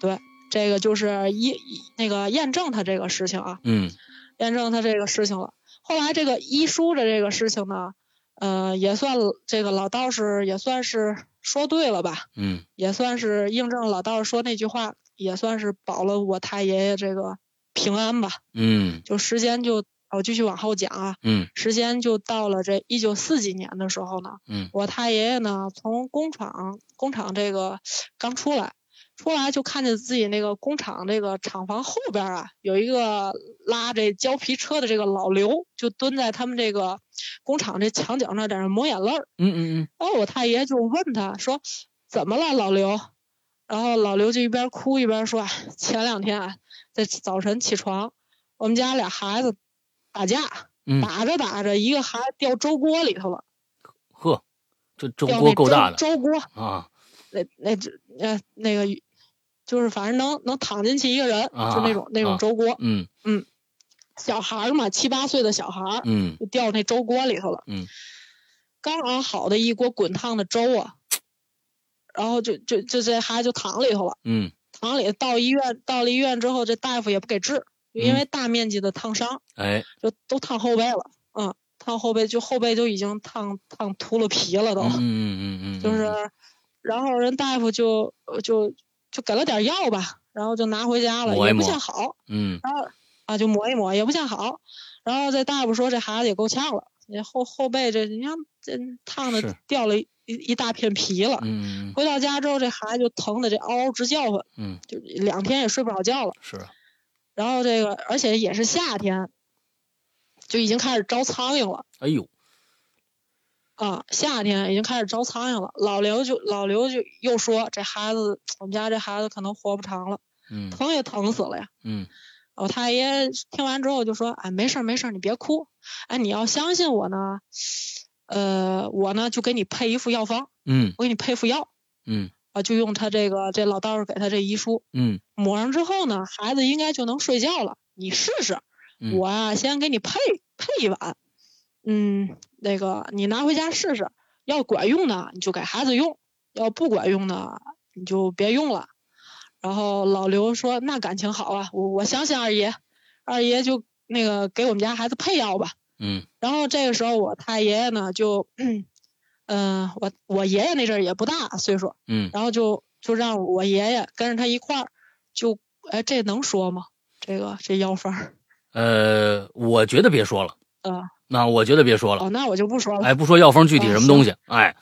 对，这个就是一一那个验证他这个事情啊，
嗯
验证他这个事情了。后来这个医书的这个事情呢，呃，也算这个老道士也算是说对了吧，
嗯
也算是印证老道士说那句话，也算是保了我太爷爷这个平安吧。
嗯
就时间就我继续往后讲啊，
嗯
时间就到了这一九四几年的时候呢，
嗯
我太爷爷呢从工厂工厂这个刚出来，出来就看见自己那个工厂这个厂房后边儿啊，有一个拉这胶皮车的这个老刘，就蹲在他们这个工厂这墙角那儿在那抹眼泪儿。
嗯嗯
然后哦我太爷就问他说：“怎么了，老刘？”然后老刘就一边哭一边说：“哎，前两天啊，在早晨起床，我们家俩孩子打架，
嗯
打着打着，一个孩子掉粥锅里头了，
呵，这这
掉
锅
那
够
粥
大的
粥锅
啊，
那那只那那个鱼，就是反正能能躺进去一个人，就那种那
啊
种粥锅。
嗯
小孩儿嘛，七八岁的小孩儿
嗯
就掉那粥锅里头了。
嗯，
刚熬好的一锅滚烫的粥啊，然后就就就这孩子就躺里头了。
嗯
躺里到医院，到了医院之后，这大夫也不给治，
嗯
因为大面积的烫伤，
哎
就都烫后背了。嗯，烫后背就后背就已经烫烫秃了皮了都，
嗯嗯嗯嗯，
就是，然后人大夫就呃就就给了点药吧，然后就拿回家了，
抹一
也不
抹
见好
嗯
啊，就抹一抹也不见好。然后这大夫说这孩子也够呛了，你后后背这你看这烫
是
的掉了一一大片皮了。
嗯嗯
回到家之后，这孩子就疼的这嗷嗷直叫唤，
嗯
就两天也睡不着觉了。
是啊
然后这个，而且也是夏天，就已经开始招苍蝇了
哎呦
啊！夏天已经开始招苍蝇了。老刘就老刘就又说，这孩子，我们家这孩子可能活不长了，
嗯
疼也疼死了呀。
嗯
我太哦爷听完之后就说：“哎，没事儿，没事儿，你别哭。哎，你要相信我呢，呃，我呢就给你配一副药方，
嗯
我给你配副药
嗯
啊，就用他这个这老道士给他这医书，
嗯
抹上之后呢，孩子应该就能睡觉了。你试试，
嗯
我啊先给你配配一碗，嗯，那个你拿回家试试，要管用呢你就给孩子用，要不管用呢你就别用了。然后老刘说：“那感情好啊，我我相信二爷，二爷就那个给我们家孩子配药吧。”
嗯
然后这个时候我太爷爷呢就，嗯、我我爷爷那阵儿也不大岁数，
嗯
然后就就让我爷爷跟着他一块儿，就哎这能说吗？这个这药方儿
呃，我觉得别说了，
啊、
那我觉得别说了，
哦，那我就不说了、
哎，不说药方具体什么东西，哎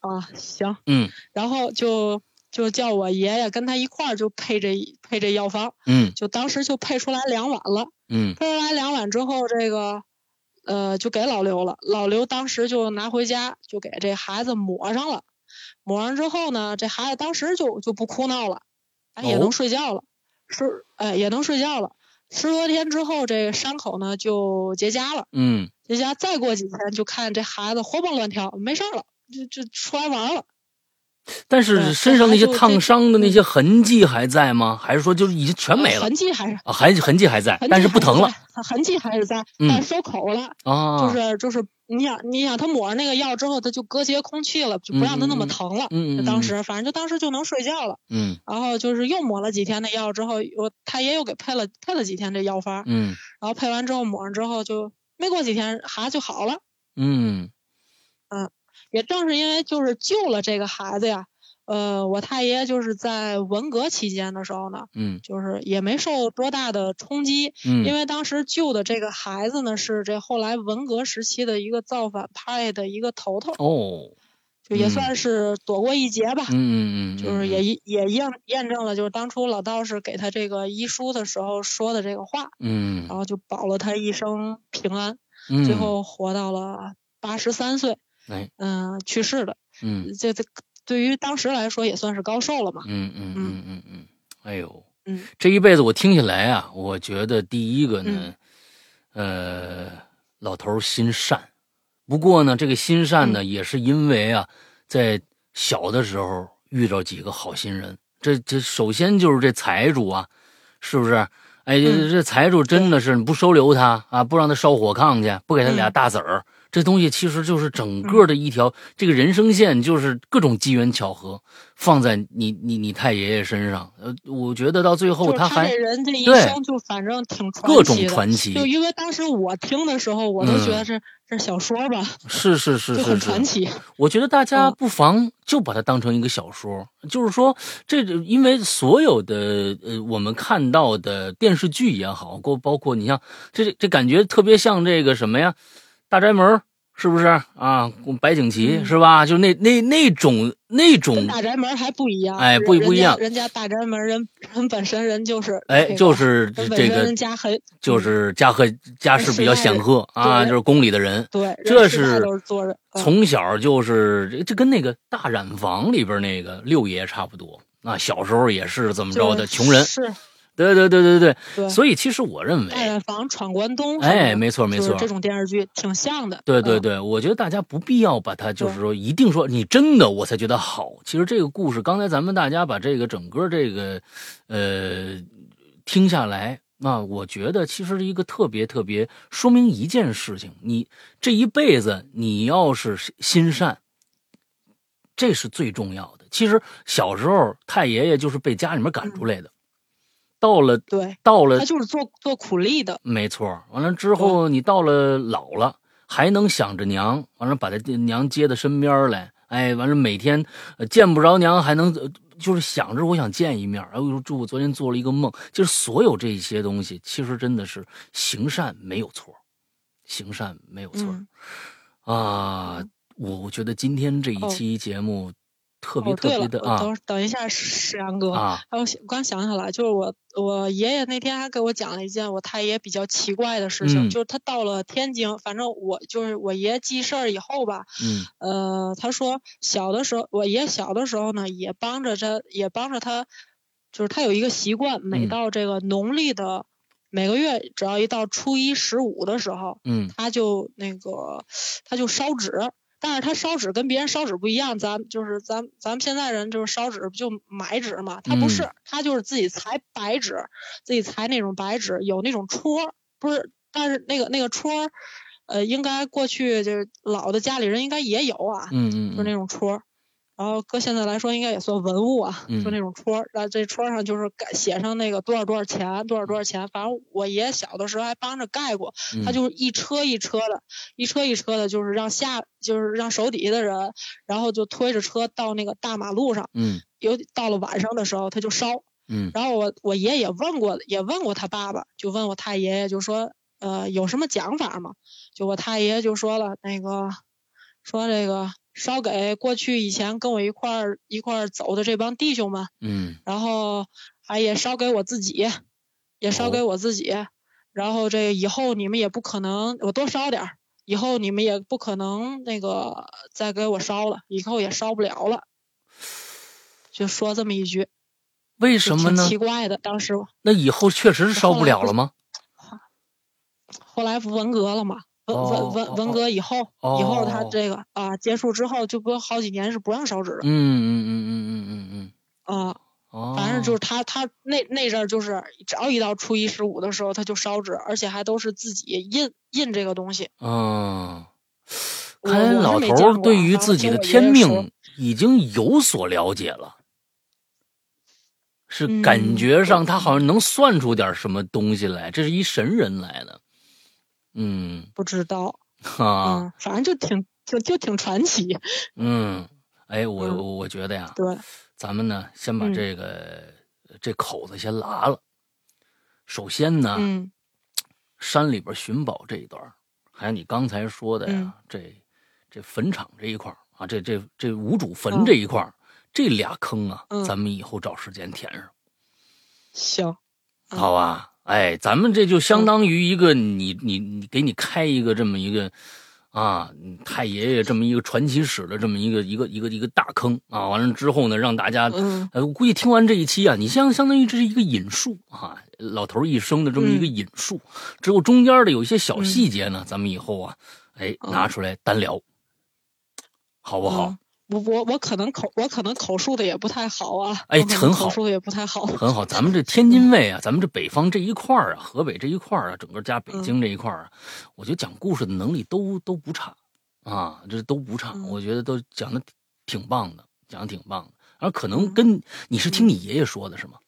啊，行，
嗯
然后就就叫我爷爷跟他一块儿就配这配这药方，
嗯
就当时就配出来两碗了，
嗯
配出来两碗之后，这个呃就给老刘了，老刘当时就拿回家就给这孩子抹上了，抹上之后呢，这孩子当时就就不哭闹了，哎也
哦
能睡觉了，是哎也能睡觉了。十多天之后，这伤口呢就结痂了。
嗯
结痂再过几天，就看这孩子活蹦乱跳，没事儿了，就就出来玩儿了。
但是身上那些烫伤的那些痕迹还在吗？还是说就是已经全没
嗯呃
了
痕迹还是
啊？痕痕迹还在
痕，迹
但是不疼了
还在，痕迹还是在，
嗯
但是收口了。
啊？
就是就是，你想你想，他抹上那个药之后，他就隔绝空气了，就不让他那么疼了。
嗯
就
嗯，
当时反正就当时就能睡觉了。
嗯
然后就是又抹了几天的药之后，我太爷又给配了配了几天这药方儿，
嗯
然后配完之后抹上之后就没过几天孩子就好了。
嗯
也正是因为就是救了这个孩子呀，呃，我太爷就是在文革期间的时候呢，
嗯
就是也没受多大的冲击，
嗯，
因为当时救的这个孩子呢是这后来文革时期的一个造反派的一个头头，
哦，
就也算是躲过一劫吧。
嗯嗯嗯，
就是也一也验验证了，就是当初老道士给他这个医书的时候说的这个话，
嗯
然后就保了他一生平安，
嗯，
最后活到了八十三岁，
哎
嗯、去世的。
嗯
这这对于当时来说也算是高寿了嘛。
嗯嗯嗯嗯嗯，哎呦，
嗯，
这一辈子我听起来啊，我觉得第一个
嗯
呢，呃，老头儿心善，不过呢，这个心善
嗯
呢，也是因为啊，在小的时候遇到几个好心人，这这首先就是这财主啊，是不是？哎，这
嗯
这财主真的是你不收留他啊，不让他烧火炕去，不给他俩
嗯
大子儿，这东西其实就是整个的一条、这个人生线，就是各种机缘巧合放在你你你太爷爷身上。呃，嗯我觉得到最后
就是他
还
这人这一
对
生就反正挺传
各种
奇的
传奇，嗯
就因为当时我听的时候，我都觉得这、这小说吧，
是是是
就是很传
是。
奇。
我觉得大家
嗯
不妨就把它当成一个小说，就是说，这个因为所有的呃我们看到的电视剧也好，过包括你像这这感觉特别像这个什么呀，大宅门。是不是啊？白景琦、
嗯
是吧？就那那那种那种
跟大宅门还不一样，
哎
人
不不一样
人家人家大宅门人人本身人就是
哎，
这个
就是这
人
这
本身
个
人，家很嗯
就是家和
呃
家世比较显赫啊，
对
就是宫里的人，
对，人
这
世代
是
都是做人嗯
从小就是这这跟那个大染坊里边那个六爷差不多。啊，小时候也是怎么着的
就是
穷人，
是
对对对对对，
对嗯
所以其实我认
大
为，
染坊闯关东什么的，
哎，没错没
就是
错，
这种电视剧挺像的，
对对
嗯，
对，我觉得大家不必要把它就是
对
说一定说你真的我才觉得好。其实这个故事，刚才咱们大家把这个整个这个，呃，听下来，那我觉得其实一个特别特别说明一件事情：你这一辈子，你要是心善，这是最重要的。其实小时候太爷爷就是被家里面赶出来的，到了
对
到了
他就是做做苦力的，
没错，完了之
嗯
后你到了老了，还能想着娘，完了把他娘接到身边来，哎，完了每天、呃见不着娘，还能、呃就是想着我想见一面，哎呦，这我昨天做了一个梦，就是所有这些东西，其实真的是行善没有错，行善没有错、
嗯，
啊！我我觉得今天这一期节目特别
哦
特别啊
对了，
的、
我等等一下，石阳哥，
啊啊，
还有我刚想起来，就是我我爷爷那天还给我讲了一件我太爷比较奇怪的事情，
嗯
就是他到了天津，反正我就是我爷爷记事儿以后吧，
嗯
呃，他说小的时候，我爷小的时候呢，也帮着他，也帮着他，就是他有一个习惯，每
嗯
到这个农历的、每个月，只要一到初一十五的时候，
嗯
他就那个他就烧纸，但是他烧纸跟别人烧纸不一样，咱就是咱咱们现在人就是烧纸不就买纸嘛，他不是，
嗯
他就是自己裁白纸，自己裁那种白纸，有那种戳儿，不是，但是那个那个戳儿，呃，应该过去就是老的家里人应该也有啊，
嗯嗯，
就是那种戳儿。然后搁现在来说，应该也算文物啊，
嗯
就那种戳儿，然后这戳儿上就是盖写上那个多少多少钱，多少多少钱。反正我爷爷小的时候还帮着盖过，
嗯
他就是一车一车的，一车一车的，就是让下，就是让手底下的人，然后就推着车到那个大马路上，
嗯
有到了晚上的时候他就烧。
嗯
然后我我爷爷也问过，也问过他爸爸，就问我太爷爷，就说呃有什么讲法吗？就我太爷爷就说了那个，说这个烧给过去以前跟我一块儿一块儿走的这帮弟兄们，
嗯
然后还也烧给我自己，也烧
哦
给我自己。然后这以后你们也不可能，我多烧点儿，以后你们也不可能那个再给我烧了，以后也烧不了了。就说这么一句，
为
就
什么呢
挺？奇怪的，当时我
那以后确实是烧不了了吗？
后来不文革了嘛，文
哦
文文文革以后，以后他
哦
这个啊结束之后，就不好几年是不让烧纸
嗯嗯嗯嗯
的
嗯嗯嗯，
啊。
哦，
反正就是他，他那那阵儿就是，只要一到初一十五的时候，他就烧纸，而且还都是自己印印这个东西。
嗯，
我
看来老
我是没
头
见
儿
过啊
对于
反正
自己
听
的
我爷
天
爷说
命已经有所了解了，是感
嗯
觉上他好像能算出点什么东西来，这是一神人来的。嗯，
不知道
哈，
嗯，反正就挺就就挺传奇。
嗯，哎，我
嗯
我我觉得呀，
对，
咱们呢先把
嗯
这个这口子先拉了。首先呢，
嗯
山里边寻宝这一段儿，还有你刚才说的呀，
嗯
这这坟场这一块儿啊，这这这无主坟
嗯
这一块儿，这俩坑啊，
嗯
咱们以后找时间填上，
行，嗯
好吧？哎，咱们这就相当于一个你、你你给你开一个这么一个啊，太爷爷这么一个传奇史的这么一个一个一个一个大坑啊，完了之后呢，让大家
嗯
呃，我估计听完这一期啊，你相相当于这是一个引述啊，老头儿一生的这么一个
嗯
引述，只有中间的有一些小细节呢，咱们以后啊，哎，
嗯
拿出来单聊，好不好？
嗯我我我可能口我可能口述的也不太好啊，
哎
我可能
很好
口述的也不太好。
很好，咱们这天津卫啊，咱们这北方这一块儿啊，河北这一块儿啊，整个加北
嗯
京这一块儿啊，我觉得讲故事的能力都都不差啊，这都不差，
嗯
我觉得都讲的挺棒的，讲的挺棒的。而可能
嗯
跟你是听你爷爷说的是吗？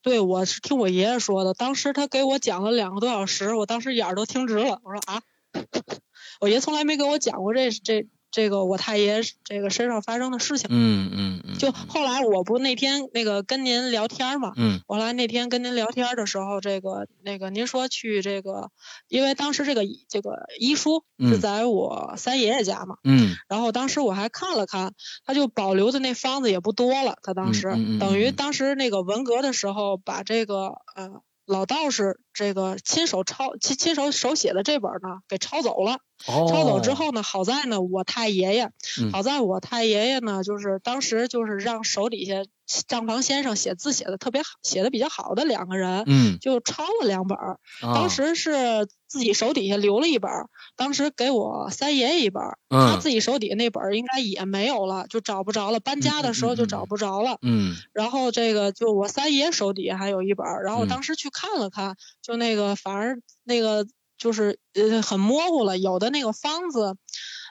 对，我是听我爷爷说的，当时他给我讲了两个多小时，我当时眼儿都听直了。我说啊， <laughs> 我爷从来没给我讲过这这这个我太爷这个身上发生的事情。
嗯嗯嗯，
就后来我不那天那个跟您聊天儿嘛，
嗯
我来那天跟您聊天儿的时候，这个那个您说去这个，因为当时这个这个医书是
嗯
在我三爷爷家嘛，
嗯
然后当时我还看了看，他就保留的那方子也不多了。他当时、
嗯嗯嗯
等于
嗯
当时那个文革的时候，把这个呃老道士这个亲手抄亲亲手手写的这本呢给抄走了。
哦，
抄走之后呢，好在呢我太爷爷，
嗯
好在我太爷爷呢就是当时就是让手底下账房先生写字写的特别好，写的比较好的两个人。
嗯，
就抄了两本儿，
啊
当时是自己手底下留了一本儿，当时给我三爷爷一本儿，他
嗯
自己手底下那本儿应该也没有了，就找不着了。搬家的时候就找不着了。
嗯
然后这个就我三爷手底下还有一本儿，然后我
嗯
当时去看了看，就那个反而那个就是呃很模糊了，有的那个方子，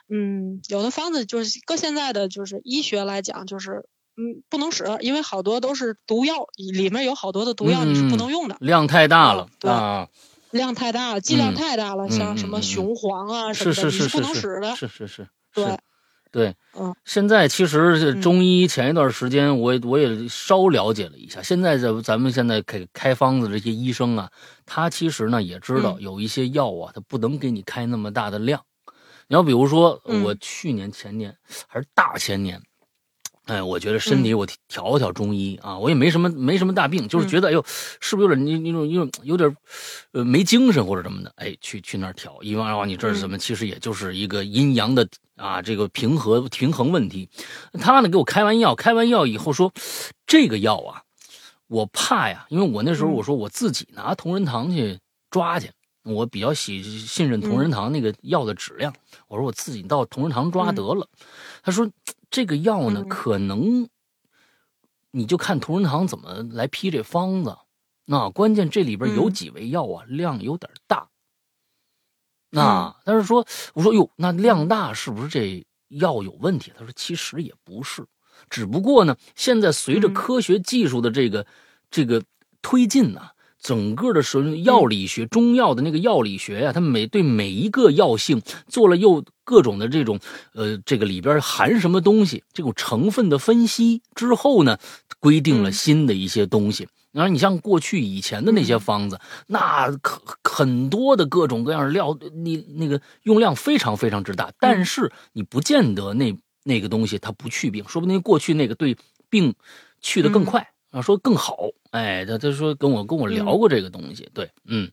嗯，有的方子就是搁现在的就是医学来讲就是。嗯，不能使，因为好多都是毒药，里面有好多的毒药你是
嗯
不能用的，
量太大了
对
啊，
量太大了，剂量
嗯
太大了，
嗯
像
嗯
什么
嗯
雄黄啊什
是
么
是是
的，你是
是
不能使的。
是是是，
对
是对，
嗯，
现在其实这
嗯
中医前一段时间我也我也稍了解了一下，现在咱咱们现在开开方子这些医生啊，他其实呢也知道
嗯
有一些药啊，他不能给你开那么大的量。你要比如说，
嗯
我去年前年还是大前年，哎，我觉得身体我调调中医啊，我也没什么没什么大病，就是
嗯
觉得哎呦，是不是有点那那种有有点呃没精神或者什么的，哎，去去那儿调，一望啊，你这是
嗯
什么？其实也就是一个阴阳的啊，这个平和平衡问题。他呢给我开完药，开完药以后说，这个药啊，我怕呀，因为我那时候
嗯
我说我自己拿同仁堂去抓去，我比较喜信任
嗯
同仁堂那个药的质量，我说我自己到同仁堂抓得了。他说这个药呢，
嗯
可能你就看同仁堂怎么来批这方子。那关键这里边有
嗯
几味药啊，量有点大。
嗯
那但是说，我说哟，那量大是不是这药有问题？他说其实也不是，只不过呢，现在随着
嗯
科学技术的这个、这个推进呢、整个的时候
嗯
药理学、中药的那个药理学呀、它每对每一个药性做了又各种的这种呃，这个里边含什么东西，这种成分的分析之后呢，规定了
嗯
新的一些东西。然后你像过去以前的那些
嗯
方子，那可很多的各种各样的料，你那个用量非常非常之大，
嗯
但是你不见得那那个东西它不去病，说不定过去那个对病去的更
嗯
快、啊，说更好。哎，他他说跟我跟我聊过这个东西，对，嗯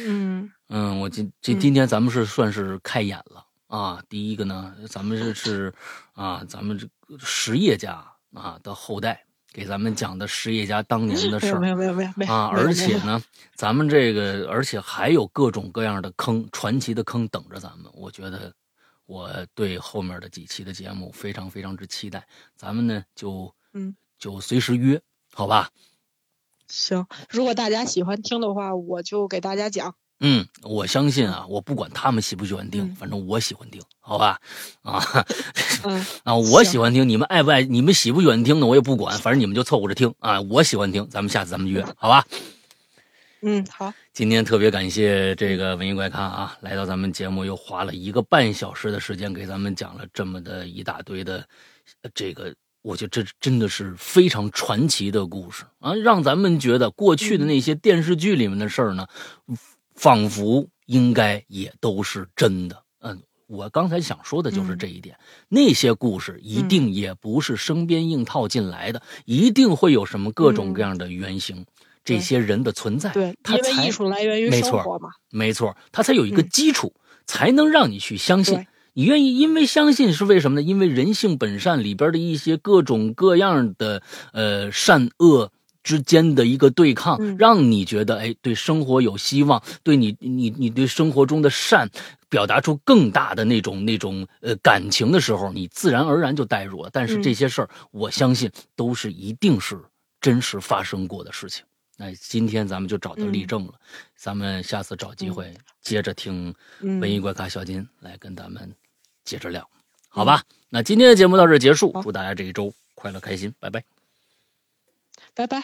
嗯
嗯，我今今
嗯
今天咱们是算是开眼了啊。第一个呢，咱们是是啊，咱们这个实业家啊的后代给咱们讲的实业家当年的
没
事
有
儿
没。有没有没有没有
啊，
没有
而
没
且
有
呢，咱们这个，而且还有各种各样的坑，传奇的坑等着咱们。我觉得我对后面的几期的节目非常非常之期待。咱们呢，就
嗯，
就随时约，好吧？
行，如果大家喜欢听的话，我就给大家讲。
嗯，我相信啊，我不管他们喜不喜欢听，
嗯
反正我喜欢听，好吧？啊 <laughs>
嗯，
啊，我
行
喜欢听，你们爱不爱，你们喜不喜欢听呢？我也不管，反正你们就凑合着听啊。我喜欢听，咱们下次咱们约，好吧？
嗯，好，
今天特别感谢这个文艺怪咖啊，来到咱们节目又花了一个半小时的时间，给咱们讲了这么的一大堆的呃这个，我觉得这真的是非常传奇的故事啊，让咱们觉得过去的那些电视剧里面的事儿呢，仿佛应该也都是真的。嗯，我刚才想说的就是这一点，那些故事一定也不是生编硬套进来的，一定会有什么各种各样的原型。这些人的存在，
对，
它
因
哎才
为艺术来源于
没
生
错
活嘛。
没错，它才有一个
嗯
基础，才能让你去相信
对。
你愿意，因为相信是为什么呢？因为人性本善里边的一些各种各样的呃善恶之间的一个对抗，
嗯
让你觉得哎，对生活有希望，对你你你对生活中的善表达出更大的那种那种呃感情的时候，你自然而然就代入了。但是
嗯
这些事儿，我相信都是一定是真实发生过的事情。那今天咱们就找到例
嗯
证了，咱们下次找机会接着听
嗯，
文艺怪咖小金、来跟咱们接着聊，好吧？那今天的节目到这儿结束，
嗯好
祝大家这一周快乐开心，拜拜。
拜拜。